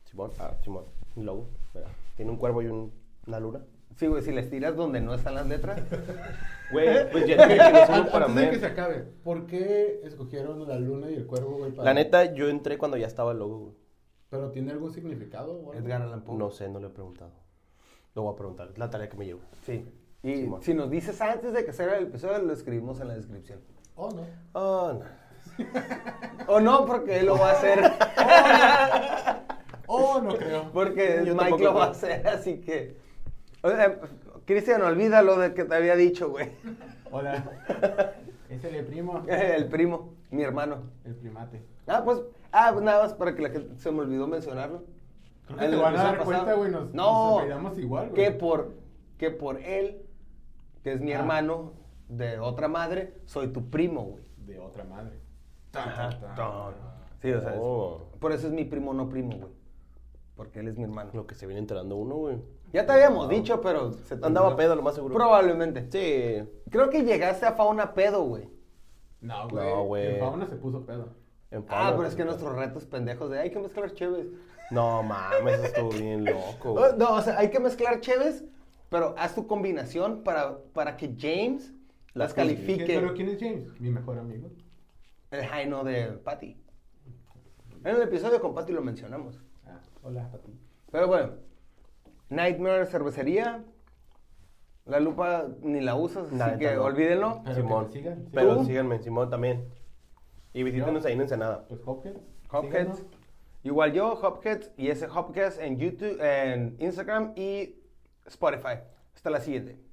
[SPEAKER 3] Simón, ah, Simón, un logo, mira, Tiene un cuervo y un- una luna.
[SPEAKER 1] Sí, güey, si les tiras donde no están las
[SPEAKER 3] [laughs]
[SPEAKER 1] letras.
[SPEAKER 3] Güey, pues ya dije que
[SPEAKER 1] [laughs]
[SPEAKER 3] no somos
[SPEAKER 2] Antes
[SPEAKER 3] para
[SPEAKER 2] de que se
[SPEAKER 3] mer.
[SPEAKER 2] acabe, ¿por qué escogieron la luna y el cuervo, güey? para-
[SPEAKER 3] La neta, yo entré cuando ya estaba el logo, güey.
[SPEAKER 2] ¿Pero tiene algún significado, güey?
[SPEAKER 1] Edgar Allan Poe.
[SPEAKER 3] No sé, no le he preguntado. Lo voy a preguntar, es la tarea que me llevo.
[SPEAKER 1] Sí. Y
[SPEAKER 3] Simón.
[SPEAKER 1] si nos dices antes de que salga el episodio, lo escribimos en la descripción.
[SPEAKER 2] Oh, no.
[SPEAKER 3] Ah, no.
[SPEAKER 1] O no, porque él lo va a
[SPEAKER 3] [laughs]
[SPEAKER 1] hacer.
[SPEAKER 2] Oh, no creo.
[SPEAKER 1] Porque
[SPEAKER 3] Yo
[SPEAKER 1] Mike
[SPEAKER 3] tampoco
[SPEAKER 1] lo va a
[SPEAKER 3] creo.
[SPEAKER 1] hacer, así que. O sea, Cristian, olvida lo de que te había dicho,
[SPEAKER 3] [laughs]
[SPEAKER 1] güey.
[SPEAKER 2] Hola. Es el primo.
[SPEAKER 1] El primo, mi hermano.
[SPEAKER 2] El primate.
[SPEAKER 1] Ah, pues, ah, pues nada más para que la gente se me olvidó mencionarlo.
[SPEAKER 2] Creo que
[SPEAKER 1] En
[SPEAKER 2] te
[SPEAKER 1] el
[SPEAKER 2] van a dar
[SPEAKER 1] episodio
[SPEAKER 2] cuenta,
[SPEAKER 1] pasado.
[SPEAKER 2] güey, nos- nos apellidamos igual, güey.
[SPEAKER 1] Que por, que por él, que es mi
[SPEAKER 2] Ah.
[SPEAKER 1] hermano de otra madre, soy tu primo, güey.
[SPEAKER 2] De otra madre.
[SPEAKER 1] Ajá. Ton. Sí, o sea, es-
[SPEAKER 3] Oh.
[SPEAKER 1] por eso es mi primo, no primo, güey. Porque él es mi hermano.
[SPEAKER 3] Lo que se viene enterando uno, güey.
[SPEAKER 1] Ya te habíamos dicho, pero se te
[SPEAKER 3] Andaba
[SPEAKER 1] olvidó.
[SPEAKER 3] pedo, lo más seguro.
[SPEAKER 1] Probablemente.
[SPEAKER 3] Sí.
[SPEAKER 1] Creo que llegaste a fauna pedo, güey.
[SPEAKER 2] No, güey.
[SPEAKER 3] No, güey.
[SPEAKER 2] En fauna se puso pedo.
[SPEAKER 3] en
[SPEAKER 1] Ah,
[SPEAKER 3] Pablo.
[SPEAKER 1] pero es que nuestros retos pendejos de hay que mezclar cheves.
[SPEAKER 3] No mames, eso estuvo bien loco,
[SPEAKER 1] Oh, [laughs]
[SPEAKER 3] güey.
[SPEAKER 1] No, o sea, hay que mezclar cheves, pero haz tu combinación para, para que James las,
[SPEAKER 3] Las
[SPEAKER 1] califique.
[SPEAKER 2] ¿Pero quién es James? Mi mejor amigo.
[SPEAKER 1] El Jaino de Patty. En el episodio con Patty lo mencionamos.
[SPEAKER 2] Ah, hola, Pati.
[SPEAKER 1] Pero bueno, Nightmare Cervecería. La lupa ni la usas, así
[SPEAKER 3] La neta
[SPEAKER 1] que
[SPEAKER 3] no.
[SPEAKER 1] olvídenlo.
[SPEAKER 2] Pero
[SPEAKER 3] Simón.
[SPEAKER 2] que sigan, sigan.
[SPEAKER 3] Pero
[SPEAKER 1] ¿Tú?
[SPEAKER 3] síganme, Simón también. Y visítenos ahí en Ensenada.
[SPEAKER 2] Pues Hopkins.
[SPEAKER 1] Hopkins.
[SPEAKER 2] síganos.
[SPEAKER 1] Igual yo, Hopkins y ese Hopkins en YouTube, en Instagram y Spotify. Hasta la siguiente.